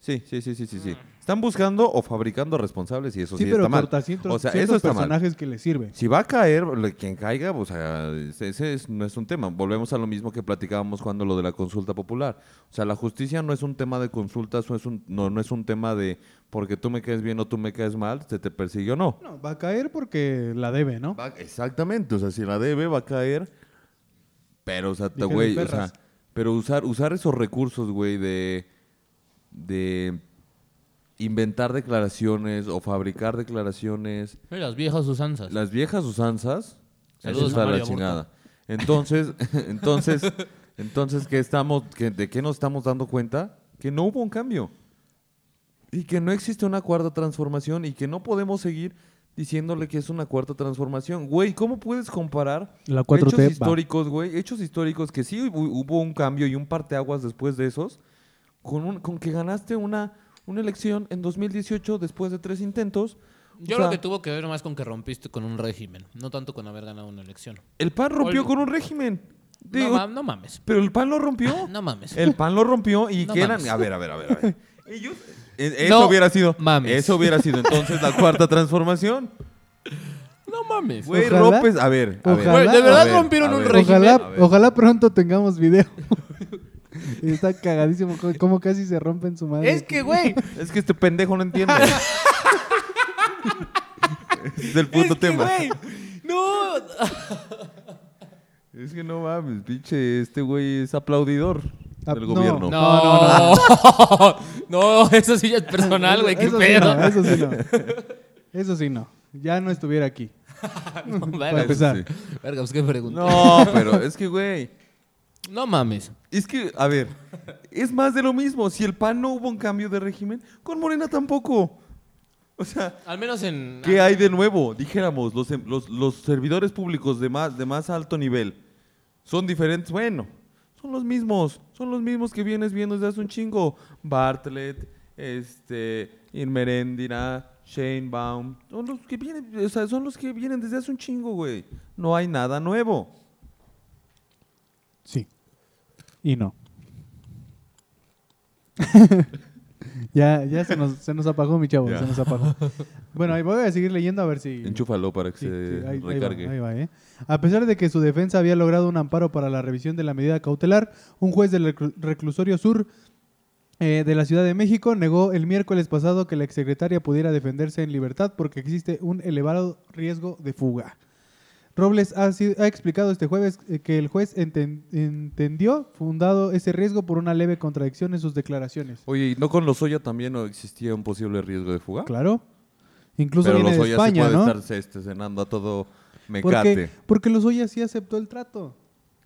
sí, sí, sí, sí, sí, sí. Están buscando o fabricando responsables y eso sí, Sí, pero está mal. corta ciertos, o sea, ciertos eso está mal. personajes que le sirven. Si va a caer, le- quien caiga, o sea, ese, ese es- no es un tema. Volvemos a lo mismo que platicábamos cuando lo de la consulta popular. O sea, la justicia no es un tema de consultas, no es un, no, no es un tema de porque tú me caes bien o tú me caes mal, se te persiguió o no. No, va a caer porque la debe, ¿no? Va- exactamente, o sea, si la debe, va a caer. Pero, o sea, te- Dije de güey, o sea, perras. pero usar, usar esos recursos, güey, de, de inventar declaraciones o fabricar declaraciones. Mira, Las viejas usanzas. Las viejas usanzas. Saludos Saludos a a la Mario Aburto. chingada. Entonces, entonces, entonces, ¿qué estamos, qué- ¿de qué nos estamos dando cuenta? Que no hubo un cambio. Y que no existe una cuarta transformación y que no podemos seguir diciéndole que es una cuarta transformación. Güey, ¿cómo puedes comparar La 4T hechos va. históricos, güey? Hechos históricos que sí hubo hubo un cambio y un parteaguas después de esos, con, un- con que ganaste una, una elección en 2018 después de tres intentos. O sea, Yo creo que tuvo que ver más con que rompiste con un régimen, no tanto con haber ganado una elección. El PAN rompió Oye. con un régimen. Digo, Eh, no, mam- no mames. Ah, pero el PAN lo rompió. No mames. El PAN lo rompió y No que eran. mames. A ver, a ver, a ver. a ver. Ellos- e- Eso No hubiera sido. mames. Eso hubiera sido entonces la cuarta transformación. No mames. Güey, Ojalá. López. A ver, a ver. Ojalá. Güey, de verdad A ver, rompieron a un ver. régimen. Ojalá, A ver. ojalá pronto tengamos video. Está cagadísimo co- cómo casi se rompen su madre. Es que, güey, Es que este pendejo no entiende. Ese es el puto es que, tema. güey, no. Es que no mames, pinche. Este güey es aplaudidor Ah, del no. gobierno. No, no, no. No, eso sí ya es personal, güey. Qué eso, pedo. eso sí no, eso sí no. Eso sí no. Ya no estuviera aquí. No, Para verga, empezar. sí. verga, pues qué pregunta. No. No, pero es que, güey. mames. Es que, a ver, es más de lo mismo. Si el PAN no hubo un cambio de régimen, con Morena tampoco. O sea, Al menos en. ¿qué hay de nuevo? Dijéramos, los, em- los, los servidores públicos de más, de más alto nivel son diferentes. Bueno, son los mismos. Son los mismos que vienes viendo desde hace un chingo. Bartlett, este, Inmerendira, Shane Baum. Son los que vienen, o sea, son los que vienen desde hace un chingo, güey. No hay nada nuevo. Sí. Y no. ya ya se, nos, se nos apagó, mi chavo. Ya. Se nos apagó. Bueno, ahí voy a seguir leyendo a ver si. Enchúfalo para que Sí, se sí, ahí- ahí va, recargue. ahí va, ¿eh? A pesar de que su defensa había logrado un amparo para la revisión de la medida cautelar, un juez del reclu- reclusorio sur eh, de la Ciudad de México negó el miércoles pasado que la exsecretaria pudiera defenderse en libertad porque existe un elevado riesgo de fuga. Robles ha, si- ha explicado este jueves eh, que el juez enten- entendió fundado ese riesgo por una leve contradicción en sus declaraciones. Oye, ¿y no con Lozoya también no existía un posible riesgo de fuga? Claro. Incluso Pero viene de Lozoya España, sí puede ¿no? estar este, cenando a todo Porque, mecate. porque Lozoya sí aceptó el trato.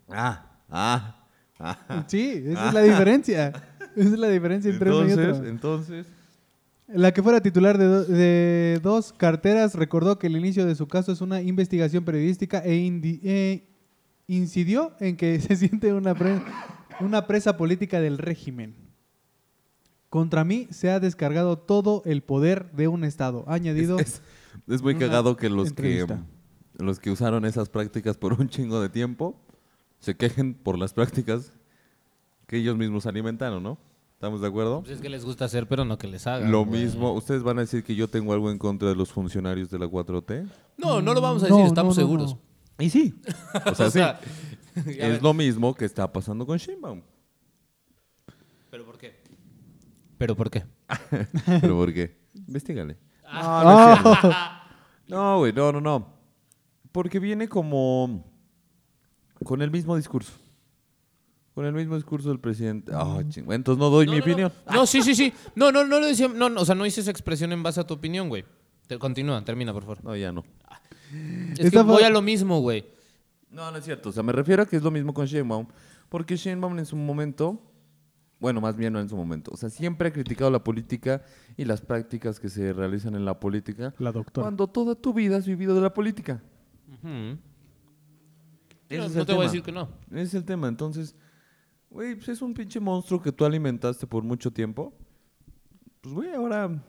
Ah, ah, ah. Sí, esa es la diferencia. Esa es la diferencia entre uno y Entonces, otro. entonces, La que fuera titular de, do- de dos carteras recordó que el inicio de su caso es una investigación periodística e, indi- e incidió en que se siente una, pre- una presa política del régimen. Contra mí se ha descargado todo el poder de un Estado. Ha añadido. es, es muy Una cagado que los que entrevista. los que usaron esas prácticas por un chingo de tiempo se quejen por las prácticas que ellos mismos alimentaron, ¿no? ¿Estamos de acuerdo? Pues es que les gusta hacer, pero no que les hagan. Lo güey. mismo, ustedes van a decir que yo tengo algo en contra de los funcionarios de la 4T. No, no lo vamos a No, decir, no, estamos no, seguros. no. Y sí. O sea, O sea, sí. a ver, Es lo mismo que está pasando con Sheinbaum. ¿Pero por qué? ¿Pero por qué? ¿Pero por qué? Investígale. No, Ah. no, es cierto. no, güey, no, no, no. Porque viene como con el mismo discurso. Con el mismo discurso del presidente. Ah, ching- bueno, Entonces no doy mi Mm. No, no, opinión. No, No, sí, sí, sí. No, no, no lo decía. No, no, o sea, no hice esa expresión en base a tu opinión, güey. Te- Continúa, termina, por favor. No, ya no. Es que Esta fue- voy a lo mismo, güey. No, no es cierto. O sea, me refiero a que es lo mismo con Sheinbaum. Porque Sheinbaum en su momento, bueno, más bien no en su momento, o sea, siempre ha criticado la política y las prácticas que se realizan en la política La doctora. cuando toda tu vida has vivido de la política. Ujú. Ese No, es no el te voy a tema. decir que no. Ese es el tema. Entonces, güey, pues es un pinche monstruo que tú alimentaste por mucho tiempo. Pues, güey, ahora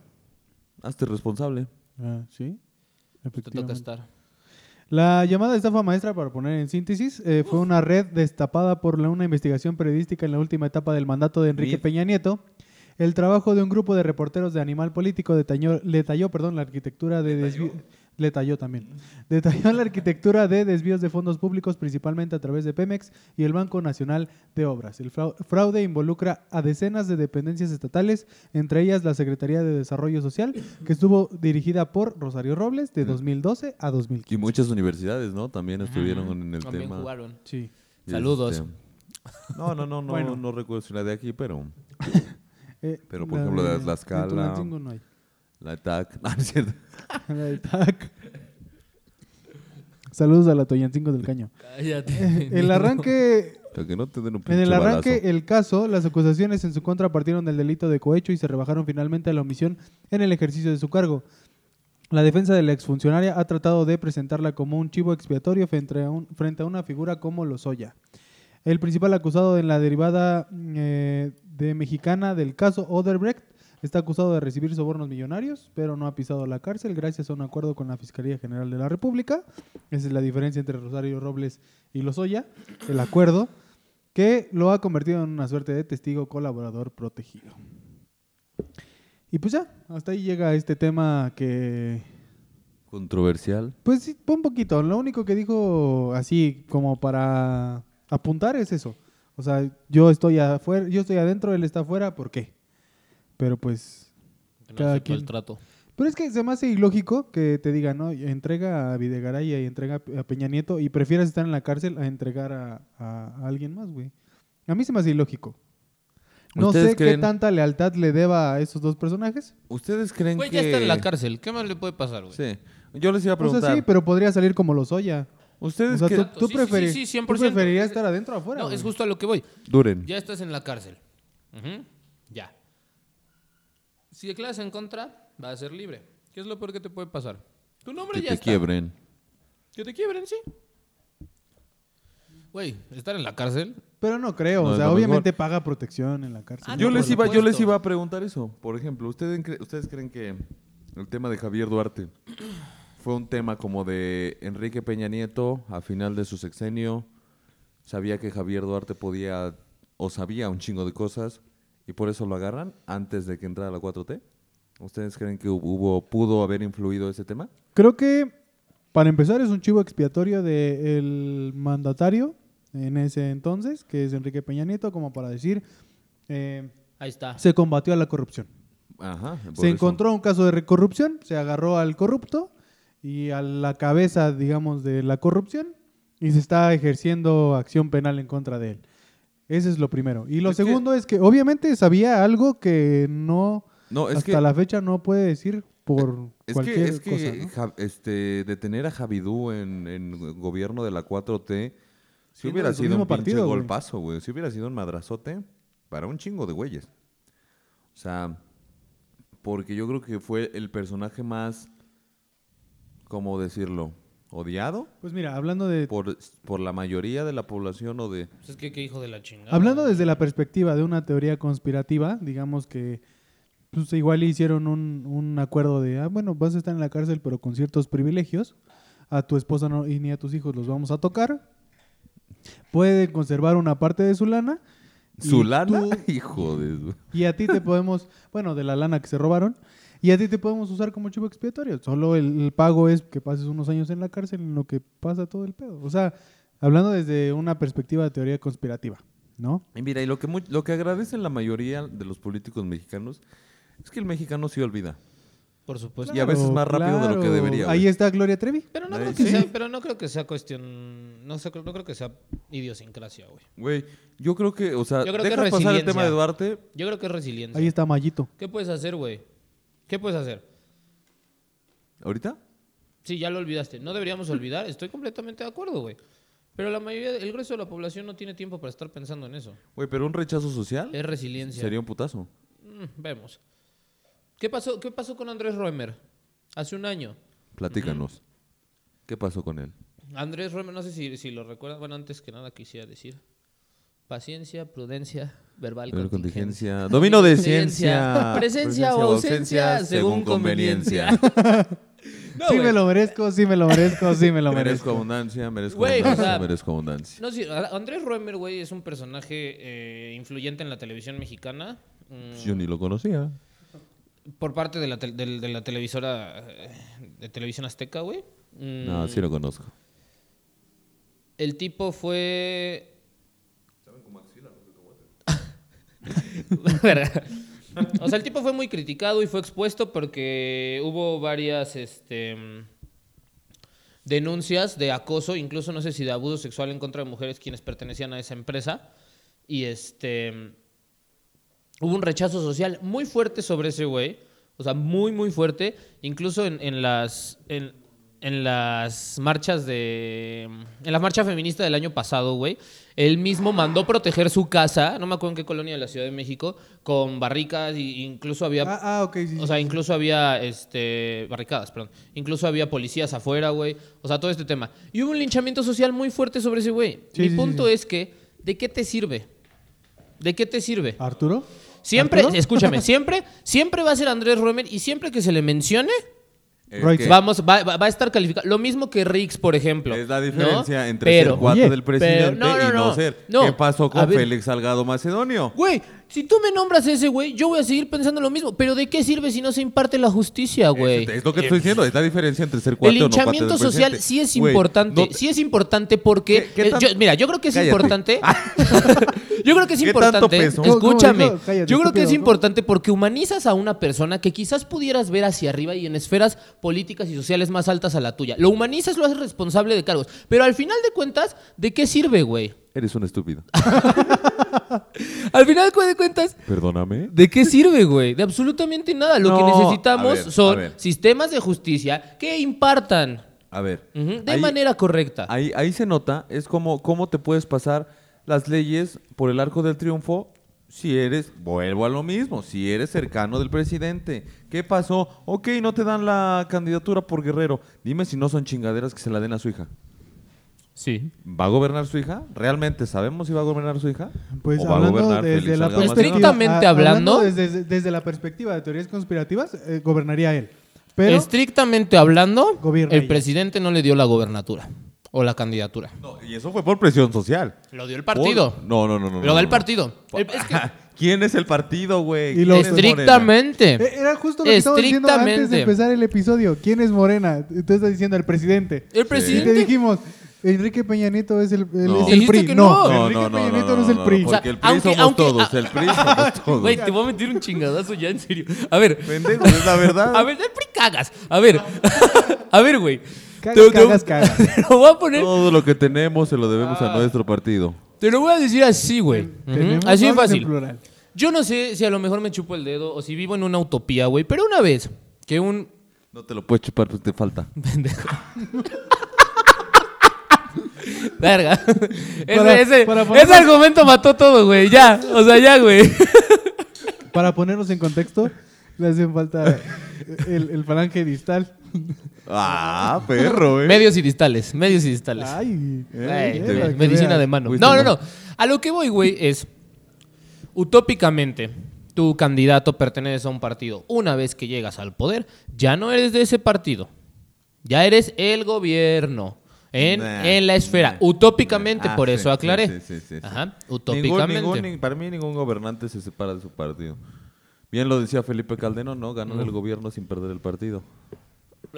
hazte responsable. Ah, sí. Te toca Efectivamente. estar. La llamada estafa maestra, para poner en síntesis, eh, fue una red destapada por la- una investigación periodística en la última etapa del mandato de Enrique Mid. Peña Nieto. El trabajo de un grupo de reporteros de Animal Político detalló, detalló, perdón, la arquitectura de desvíos. Detalló también. Detalló la arquitectura de desvíos de fondos públicos, principalmente a través de Pemex y el Banco Nacional de Obras. El frau- fraude involucra a decenas de dependencias estatales, entre ellas la Secretaría de Desarrollo Social, que estuvo dirigida por Rosario Robles de 2012 a 2015. Y muchas universidades, ¿no? También estuvieron en el También tema. jugaron. Sí. Y Saludos. este, No, no, no, no, Bueno. no recuerdo si la de aquí, pero Eh, Pero, por la ejemplo, la de Tlaxcala. en Tulancingo no hay. la TAC. No, no es cierto. La de Tac. Saludos a la Toyancingo del Caño. Cállate. El arranque, Para que no te den un en pinche el arranque, balazo. el caso, las acusaciones en su contra partieron del delito de cohecho y se rebajaron finalmente a la omisión en el ejercicio de su cargo. La defensa de la exfuncionaria ha tratado de presentarla como un chivo expiatorio frente a, un- frente a una figura como Lozoya. El principal acusado en la derivada eh, de mexicana del caso Oderbrecht está acusado de recibir sobornos millonarios, pero no ha pisado la cárcel gracias a un acuerdo con la Fiscalía General de la República. Esa es la diferencia entre Rosario Robles y Lozoya, el acuerdo que lo ha convertido en una suerte de testigo colaborador protegido. Y pues ya, hasta ahí llega este tema que Controversial. pues sí, fue un poquito. Lo único que dijo así como para apuntar es eso. O sea, yo estoy afuera, yo estoy adentro, él está afuera, ¿por qué? Pero pues. Que no Cada aceptó quien. el trato. Pero es que se me hace ilógico que te digan, ¿no? Entrega a Videgaray y entrega a Peña Nieto y prefieras estar en la cárcel a entregar a, a alguien más, güey. A mí se me hace ilógico. No ¿Ustedes sé qué creen- tanta lealtad le deba a esos dos personajes. ¿Ustedes creen Güey, que...? ya está en la cárcel. ¿Qué más le puede pasar, güey? Sí. Yo les iba a O preguntar. sea, sí, pero podría salir como los Oya. O ¿Ustedes sea, que tú, tú Sí, sí, preferi- sí, sí, tú 100%. preferirías estar adentro o afuera. No, güey? es justo a lo que voy. duren? Ya estás en la cárcel. Ujú, Ya. Si declaras en contra, va a ser libre. ¿Qué es lo peor que te puede pasar? Tu nombre que ya te está. quiebren. Que te quiebren, sí. Güey, estar en la cárcel. Pero no creo, No, o es sea, lo obviamente mejor. paga protección en la cárcel. Ah, yo, no, les por iba, yo les supuesto. iba a preguntar eso. Por ejemplo, ¿ustedes, cre- ¿ustedes creen que el tema de Javier Duarte fue un tema como de Enrique Peña Nieto a final de su sexenio? Sabía que Javier Duarte podía o sabía un chingo de cosas y por eso lo agarran antes de que entrara la 4T. ¿Ustedes creen que hubo, pudo haber influido ese tema? Creo que para empezar es un chivo expiatorio del mandatario en ese entonces, que es Enrique Peña Nieto, como para decir, eh, Ahí está. se combatió a la corrupción. Ajá. por se eso. encontró un caso de corrupción, se agarró al corrupto y a la cabeza, digamos, de la corrupción y se está ejerciendo acción penal en contra de él. Ese es lo primero. Y lo Es que- segundo es que obviamente sabía algo que no... No, es hasta que, la fecha no puede decir por es cualquier que, es que cosa. ¿no? Ja- este, detener a Javidú en, en gobierno de la 4T Si Sí, no, hubiera de su sido mismo un pinche partido, güey. golpazo, güey. Si hubiera sido un madrazote para un chingo de güeyes. O sea, porque yo creo que fue el personaje más, ¿cómo decirlo? Odiado Pues mira, hablando de por, por la mayoría de la población o de... Pues es que qué hijo de la chingada. hablando desde la perspectiva de una teoría conspirativa, digamos que pues igual hicieron un, un acuerdo de, ah, bueno, vas a estar en la cárcel pero con ciertos privilegios, a tu esposa no- y ni a tus hijos los vamos a tocar, puede conservar una parte de su lana ¿Y ¿Su lana? tú? Hijo de... su- y a ti te podemos, bueno, de la lana que se robaron, y a ti te podemos usar como chivo expiatorio, solo el, el pago es que pases unos años en la cárcel en lo que pasa todo el pedo. O sea, hablando desde una perspectiva de teoría conspirativa, ¿no? Y mira, y lo que, mu- lo que agradecen la mayoría de los políticos mexicanos es que el mexicano sí olvida. Por supuesto. Y a veces Claro, más rápido de lo que claro. debería. güey. Ahí está Gloria Trevi. Pero no, Ay, creo que sí. sea, pero no creo que sea cuestión. No, sé, no creo que sea idiosincrasia, güey. Güey, yo creo que, o sea, Yo creo que dejas pasar el tema resiliencia. de Duarte, Yo creo que es resiliencia. Ahí está Mayito. ¿Qué puedes hacer, güey? ¿Qué puedes hacer? ¿ahorita? Sí, ya lo olvidaste. No deberíamos olvidar. Estoy completamente de acuerdo, güey. Pero la mayoría, el grueso de la población no tiene tiempo para estar pensando en eso. Güey, pero un rechazo social Es resiliencia. sería un putazo. Mm, vemos. ¿Qué pasó, ¿Qué pasó con Andrés Roemer? Hace un año. Platícanos. ¿Qué pasó con él? Andrés Roemer, no sé si, si lo recuerdan. Bueno, antes que nada quisiera decir. Paciencia, prudencia, verbal Con contingencia. contingencia. Domino de Presencia. ciencia. Presencia o ausencia según conveniencia. No, sí güey. me lo merezco, sí me lo merezco, sí me lo merezco merezco. abundancia, merezco Güey, o abundancia, sea- merezco abundancia. No, sí, a- Andrés Roemer, güey, es un personaje eh, influyente en la televisión mexicana. mm, Pues Yo ni lo conocía. por parte de la, tel- del- de la televisora eh, de televisión azteca, güey. Mm, No, sí lo conozco. El tipo fue. Verga. o sea, el tipo fue muy criticado y fue expuesto porque hubo varias este, mm, denuncias de acoso, incluso no sé si de abuso sexual en contra de mujeres quienes pertenecían a esa empresa. Y este. mm, Hubo un rechazo social muy fuerte sobre ese güey. O sea, muy, muy fuerte. Incluso en, en las. En, en las marchas de. En la marcha feminista del año pasado, güey. Él mismo mandó proteger su casa. No me acuerdo en qué colonia de la Ciudad de México. Con barricas. Y incluso había. Ah, ah, ok, sí, sí. O sea, incluso había este barricadas, perdón. Incluso había policías afuera, güey. O sea, todo este tema. Y hubo un linchamiento social muy fuerte sobre ese güey. Sí, Mi sí, sí, punto sí. es que, ¿de qué te sirve? ¿De qué te sirve? ¿Arturo? Siempre, ¿Arturo? escúchame, siempre, siempre va a ser Andrés Roemer y siempre que se le mencione, Roy, que vamos, va, va- va a estar calificado. Lo mismo que Riggs, por ejemplo. es la ¿no? diferencia entre Pero- ser cuate Oye, del presidente pero- no, no, y no, no, ser. no. ¿Qué pasó A con ver. Félix Salgado Macedonio? Güey, si tú me nombras ese güey, yo voy a seguir pensando lo mismo. Pero ¿de qué sirve si no se imparte la justicia, güey? Es, es lo que te estoy diciendo, es la diferencia entre ser El cuate o no cuate del hinchamiento social presidente. sí es Güey, importante. no te- Sí es importante porque. ¿Qué- qué eh, tan- yo- mira, yo creo que es Cállate. Ah, importante. yo creo que es ¿Qué tanto importante. peso? Escúchame. ¿Cómo dijo? Cállate, yo creo que es estúpido, ¿no? importante porque humanizas a una persona que quizás pudieras ver hacia arriba y en esferas políticas y sociales más altas a la tuya. Lo humanizas, lo haces responsable de cargos. Pero al final de cuentas, ¿de qué sirve, güey? Eres un estúpido. Al final de cuentas, Perdóname. ¿De qué sirve, güey? De absolutamente nada. Lo que No, necesitamos a ver, son a ver. sistemas de justicia que impartan A ver. ujú, de ahí- manera correcta. Ahí, ahí se nota, es como cómo te puedes pasar las leyes por el arco del triunfo si eres, vuelvo a lo mismo, si eres cercano del presidente. ¿Qué pasó? Ok, no te dan la candidatura por Guerrero. Dime si no son chingaderas que se la den a su hija. Sí. ¿Va a gobernar su hija? ¿Realmente sabemos si va a gobernar su hija? Pues ¿O va a hablando gobernar desde Félix la Salgado perspectiva- Macedonio? Estrictamente a- hablando- desde, desde la perspectiva de teorías conspirativas, eh, gobernaría él. Pero Estrictamente hablando, Gobierna el ella. presidente no le dio la gobernatura o la candidatura. No, y eso fue por presión social. Lo dio el partido. Por- No, no, no, no. Lo no, da el no. partido. El- es que- ¿Quién es el partido, güey? Y lo- ¿Quién es Morena? estrictamente. eh, era justo lo que estábamos diciendo antes de Em, Estrictamente. empezar el episodio. ¿Quién es Morena? Tú estás diciendo el presidente. El Y te presidente. dijimos, Enrique Peña Nieto es el, él No. es el Dijiste PRI. que No, no. Enrique Peña Nieto no, es el PRI. O sea, Porque el PRI aunque- somos aunque- todos. El PRI somos todos. Güey, te voy a meter un chingadazo ya, en serio. A ver, Pendejo, es la verdad. a ver, del PRI cagas. A ver, a ver, güey. Cagas, Te- te- cagas, cagas. Te lo voy a poner Todo lo que tenemos se lo debemos Ah. a nuestro partido. Te lo voy a decir así, güey. Ujú. Tenemos Así de nombres en fácil. plural. Yo no sé si a lo mejor me chupo el dedo o si vivo en una utopía, güey, pero una vez que un No te lo puedes chupar, pues te falta. pendejo. Verga. Ese, Para- ese- para ponernos- ese argumento mató todo, güey. Ya, o sea, ya, güey. Para ponernos en contexto, le hacen falta el, el falange distal. Ah, perro, eh. medios y distales, medios y distales. Ay, Güey, eh, te vi. para que medicina veas. de mano. Fuiste No, no, mal. no. A lo que voy, güey, es utópicamente tu candidato pertenece a un partido. Una vez que llegas al poder, ya no eres de ese partido. Ya eres el gobierno. En, Nah, en la esfera. nah, utópicamente, nah. Ah, por sí, eso aclaré. sí, sí, sí, sí. Ajá. Ningún- Utópicamente. ningún- nin- para mí ningún gobernante se separa de su partido. Bien lo decía Felipe Calderón, ¿no? Ganó Mm. el gobierno sin perder el partido.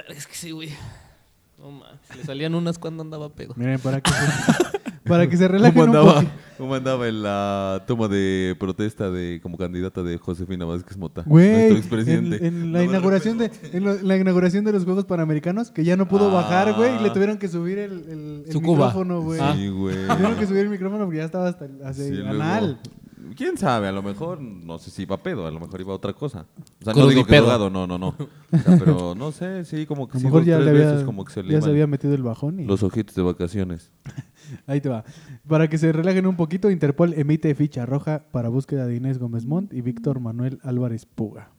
Es que sí, güey. No mames. Le salían unas cuando andaba pedo. Miren, para que se, para que se relajen ¿Cómo un andaba, poquito. cómo andaba en la toma de protesta de como candidata de Josefina Vázquez Mota? Güey, nuestro expresidente. en, en la No me inauguración de, en lo- la inauguración de los Juegos Panamericanos, que ya no pudo Ah. bajar, güey, y le tuvieron que subir el, el- el Su cuba. micrófono, güey. Ah. Sí, güey. Tuvieron que subir el micrófono porque ya estaba hasta el hacia Sí, el luego- anal. ¿Quién sabe? A lo mejor, no sé si iba a pedo, a lo mejor iba a otra cosa. O sea, Crudo no y digo que pedo. drogado, no, no, no. O sea, pero no sé, sí, como A que lo sí, mejor dos, ya, tres le había- veces como que se le ya se iban había metido el bajón. Y... los ojitos de vacaciones. Ahí te va. Para que se relajen un poquito, Interpol emite ficha roja para búsqueda de Inés Gómez Montt y Víctor Manuel Álvarez Puga.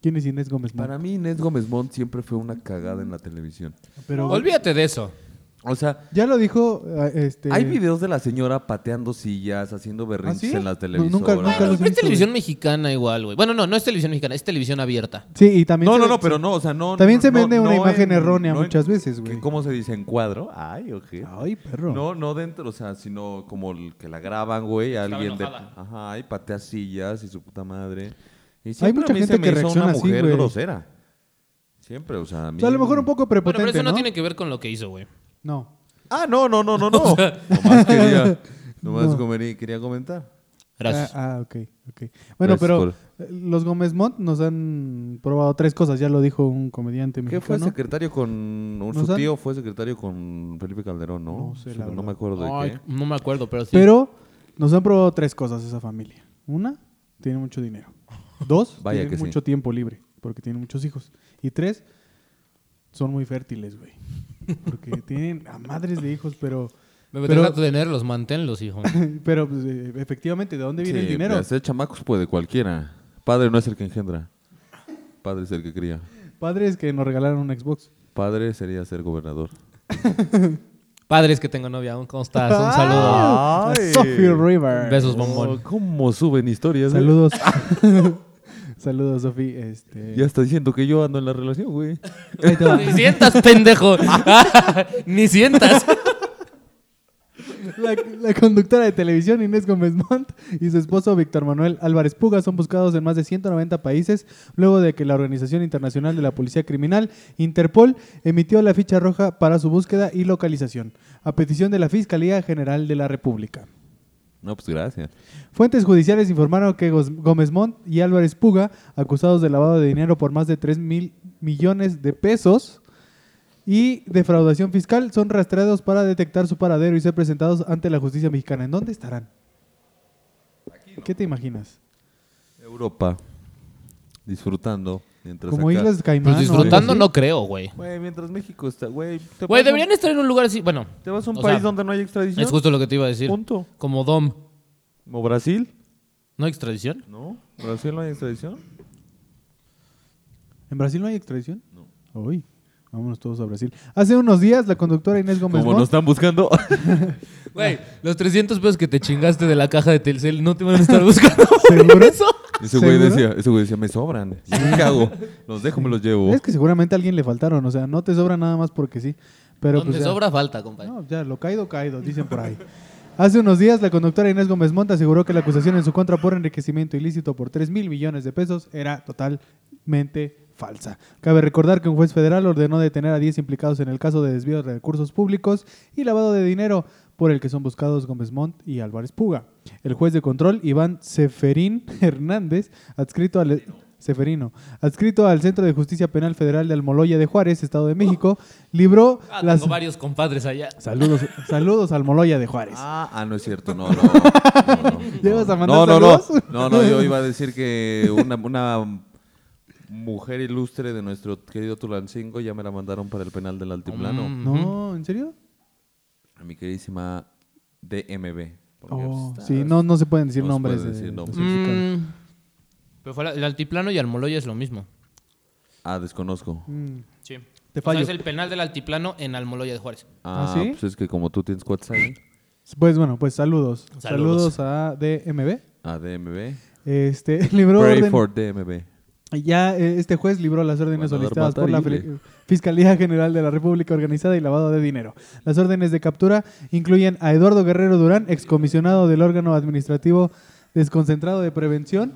¿Quién es Inés Gómez Montt? Para mí Inés Gómez Montt siempre fue una cagada en la televisión. Pero Olvídate de eso. O sea, ya lo dijo eh, este hay videos de la señora pateando sillas, haciendo berrinches ¿Ah, sí? en la No, televisora. nunca- nunca Bueno, los he es visto, televisión mexicana igual, güey. Bueno, no, no es televisión mexicana, es televisión abierta. Sí, y también No, se- no, no, pero no, o sea, no. También se no- vende una no imagen errónea no muchas veces, güey. que ¿Cómo se dice? ¿En cuadro? Ay, ojete. Ay, perro. No, no dentro, o sea, sino como el que la graban, güey, a Estaba alguien de... enojada. Ajá, y patea sillas y su puta madre. Y siempre mucha a mí gente se me que hizo reacciona una así, mujer güey. grosera. Siempre, o sea, a mí... O sea, a lo mejor un poco Bueno, prepotente, pero eso no, ¿no? tiene que ver con lo que hizo, güey. No. Ah, no, no, no, no, no. nomás quería, nomás comerí- quería comentar. Gracias. Ah, ah, ok, ok. Bueno, Gracias pero eh, los Gómez Montt nos han probado tres cosas, ya lo dijo un comediante ¿Qué mexicano. fue secretario con... ¿No Su saben? tío fue secretario con Felipe Calderón, ¿no? No sé, Su- la verdad. me acuerdo de Ay, qué. no me acuerdo, ah. pero sí. Pero nos han probado tres cosas esa familia. Una, tiene mucho dinero. Dos, Vaya tiene que sí. mucho tiempo libre, porque tiene muchos hijos. Y tres, son muy fértiles, güey. Porque tienen a madres de hijos, pero, Me pero- deja tenerlos, manténlos, hijo. pero pues, eh, efectivamente, ¿de dónde viene el Sí, dinero? pues, Hacer chamacos puede cualquiera. Padre no es el que engendra. Padre es el que cría. Padres que nos regalaron un Xbox. Padre sería ser gobernador. Padres que tengo novia aún, ¿cómo estás? Un saludo. Ah, Ay. Sophie River. Besos, bombón. Oh, ¿Cómo suben historias? eh? Saludos. Saludos, Sofi. Este... Ya está diciendo que yo ando en la relación, güey. Ahí te va. Ni sientas, pendejo. Ni sientas. La, la conductora de televisión Inés Gómez Montt y su esposo Víctor Manuel Álvarez Puga son buscados en más de 190 países luego de que la Organización Internacional de la Policía Criminal, Interpol, emitió la ficha roja para su búsqueda y localización, a petición de la Fiscalía General de la República. No, pues gracias. Fuentes judiciales informaron que Gos- Gómez Montt y Álvarez Puga, acusados de lavado de dinero por más de 3 mil millones de pesos y defraudación fiscal, son rastreados para detectar su paradero y ser presentados ante la justicia mexicana. ¿En dónde estarán? ¿Qué te imaginas? Europa. Disfrutando. Mientras ¿Como acá- Islas Caimán? Pues o algo disfrutando así? no creo, güey. Güey, mientras México está, güey. te vas Güey, a- deberían estar en un lugar así. Bueno, Te vas a un o país sea, donde no hay extradición. es justo lo que te iba a decir. Punto. Como Dom. ¿O Brasil? ¿No hay extradición? ¿No? ¿Brasil no hay extradición? ¿En Brasil no hay extradición? No. Uy, vámonos todos a Brasil. Hace unos días, la conductora Inés Gómez Como nos Montt... están buscando. Güey, los 300 pesos que te chingaste de la caja de Telcel no te van a estar buscando por ¿Seguro? eso. ese güey ¿Seguro? decía, ese güey decía, me sobran. ¿Qué hago? Los dejo, me los "Oh". llevo. Es que seguramente a alguien le faltaron, o sea, no te sobra nada más porque sí. Pero Donde pues ya. sobra falta, compadre. No, ya, lo caído, caído, dicen por ahí. Hace unos días, la conductora Inés Gómez Monta aseguró que la acusación en su contra por enriquecimiento ilícito por 3 mil millones de pesos era totalmente falsa. Cabe recordar que un juez federal ordenó detener a 10 implicados en el caso de desvío de recursos públicos y lavado de dinero por el que son buscados Gómez Mont y Álvarez Puga. El juez de control, Iván Seferín Hernández, adscrito al... Seferino, adscrito al Centro de Justicia Penal Federal de Almoloya de Juárez, Estado de México, libró Ah, las... tengo varios compadres allá. Saludos, saludos al Moloya de Juárez. Ah, ah, no es cierto, no, no. no, no, ¿Llegas no, Pues. a mandar no, no, no, saludos? no, no, yo iba a decir que una, una mujer ilustre de nuestro querido Tulancingo ya me la mandaron para el penal del Altiplano. Mm. No, ¿en serio? A mi queridísima DMB. porque, Oh, pues, está- sí, no, no se pueden decir No se nombres. pueden de- decir de nombres. los mexicanos. Mm. Pero fue la- el altiplano y Almoloya es lo mismo. Ah, desconozco. Mm, Sí. Te fallo. es el penal del altiplano en Almoloya de Juárez. Ah, ¿Ah, sí? pues es que como tú tienes WhatsApp ahí, Pues bueno, pues saludos. Saludos. Saludos, a DMB. a DMB. Este, libró Pray orden- for DMB. Ya eh, este juez libró las órdenes Van a dar solicitadas por la batalla. Fili- Fiscalía General de la República Organizada y Lavado de Dinero. Las órdenes de captura incluyen a Eduardo Guerrero Durán, excomisionado del órgano administrativo desconcentrado de prevención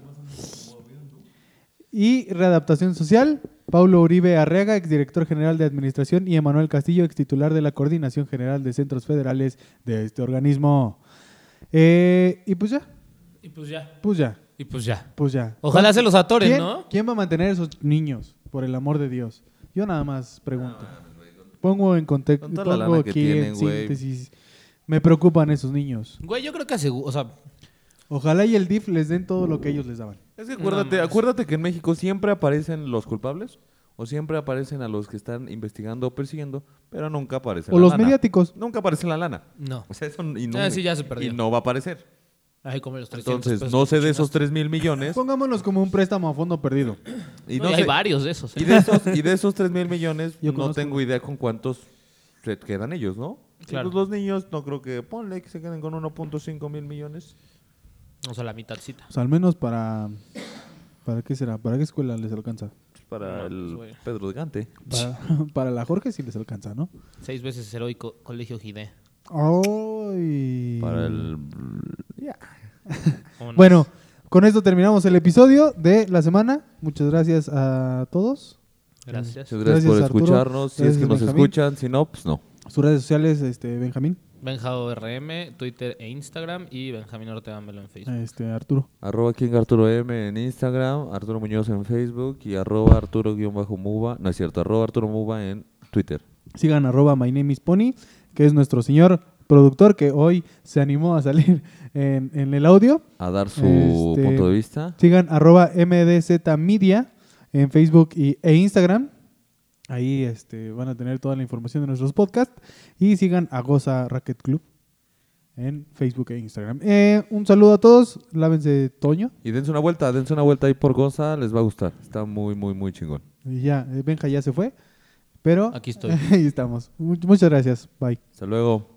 y readaptación social, Paulo Uribe Arreaga, exdirector general de Administración, y Emanuel Castillo, extitular de la Coordinación General de Centros Federales de este organismo. Eh, y pues ya, Y pues ya. pues ya, Y pues ya. pues ya. Ojalá se los atoren, ¿Quién, ¿no? quién va a mantener esos niños? Por el amor de Dios. Yo nada más pregunto. Pongo en contexto. Ah, pues, Con toda la Pongo lana que aquí tienen, en güey. síntesis. Me preocupan esos niños. Güey, yo creo que aseguro. O sea, Ojalá y el DIF les den todo lo que ellos les daban. Es que acuérdate, acuérdate que en México siempre aparecen los culpables o siempre aparecen a los que están investigando o persiguiendo, pero nunca aparece O la los lana. mediáticos. Nunca aparece la lana. No. O sea, eso y no, Ah, sí, ya se perdió. Y no va a aparecer. Ahí como los 300 Entonces, pesos no que sé de chingaste. esos 3 mil millones. Pongámonos como un préstamo a fondo perdido. Y No, no y hay sé- varios de esos. ¿eh? Y de esos, y de esos 3 mil millones, Yo no conozco. tengo idea con cuántos se quedan ellos, ¿no? Sí, Claro. pues los niños, no creo que. Ponle que se queden con 1.5 mil millones. O sea, la mitadcita. Pues al menos para... ¿Para qué será? ¿Para qué escuela les alcanza? Para No, el pues, güey. Pedro de Gante. Para, para la Jorge sí les alcanza, ¿no? Seis veces heroico, colegio Gide. Ay. Para el. Ya. Vámonos. Bueno, con esto terminamos el episodio de la semana. Muchas gracias a todos. Gracias. Muchas gracias, Gracias, por Arturo. escucharnos. Si es Gracias, que nos Benjamín. escuchan, si no, pues no. Sus redes sociales, este Benjamín, Benja ORM, Twitter e Instagram y Benjamín Ortega Melo en Facebook. este Arturo. Arroba King Arturo M en Instagram, Arturo Muñoz en Facebook y arroba Arturo-Muba. No es cierto, arroba Arturo Muba en Twitter. Sigan arroba my name is Pony, que es nuestro señor productor que hoy se animó a salir en, en el audio. A dar su Este- punto de vista. Sigan arroba MDZ Media en Facebook y, e Instagram. Ahí este, van a tener toda la información de nuestros podcasts. Y sigan a Goza Racket Club en Facebook e Instagram. Eh, un saludo a todos. Lávense Toño. Y dense una vuelta, dense una vuelta ahí por Goza, les va a gustar. Está muy, muy, muy chingón. Y ya, eh, Benja ya se fue. Pero Aquí estoy. ahí estamos. Mu- Muchas gracias. Bye. Hasta luego.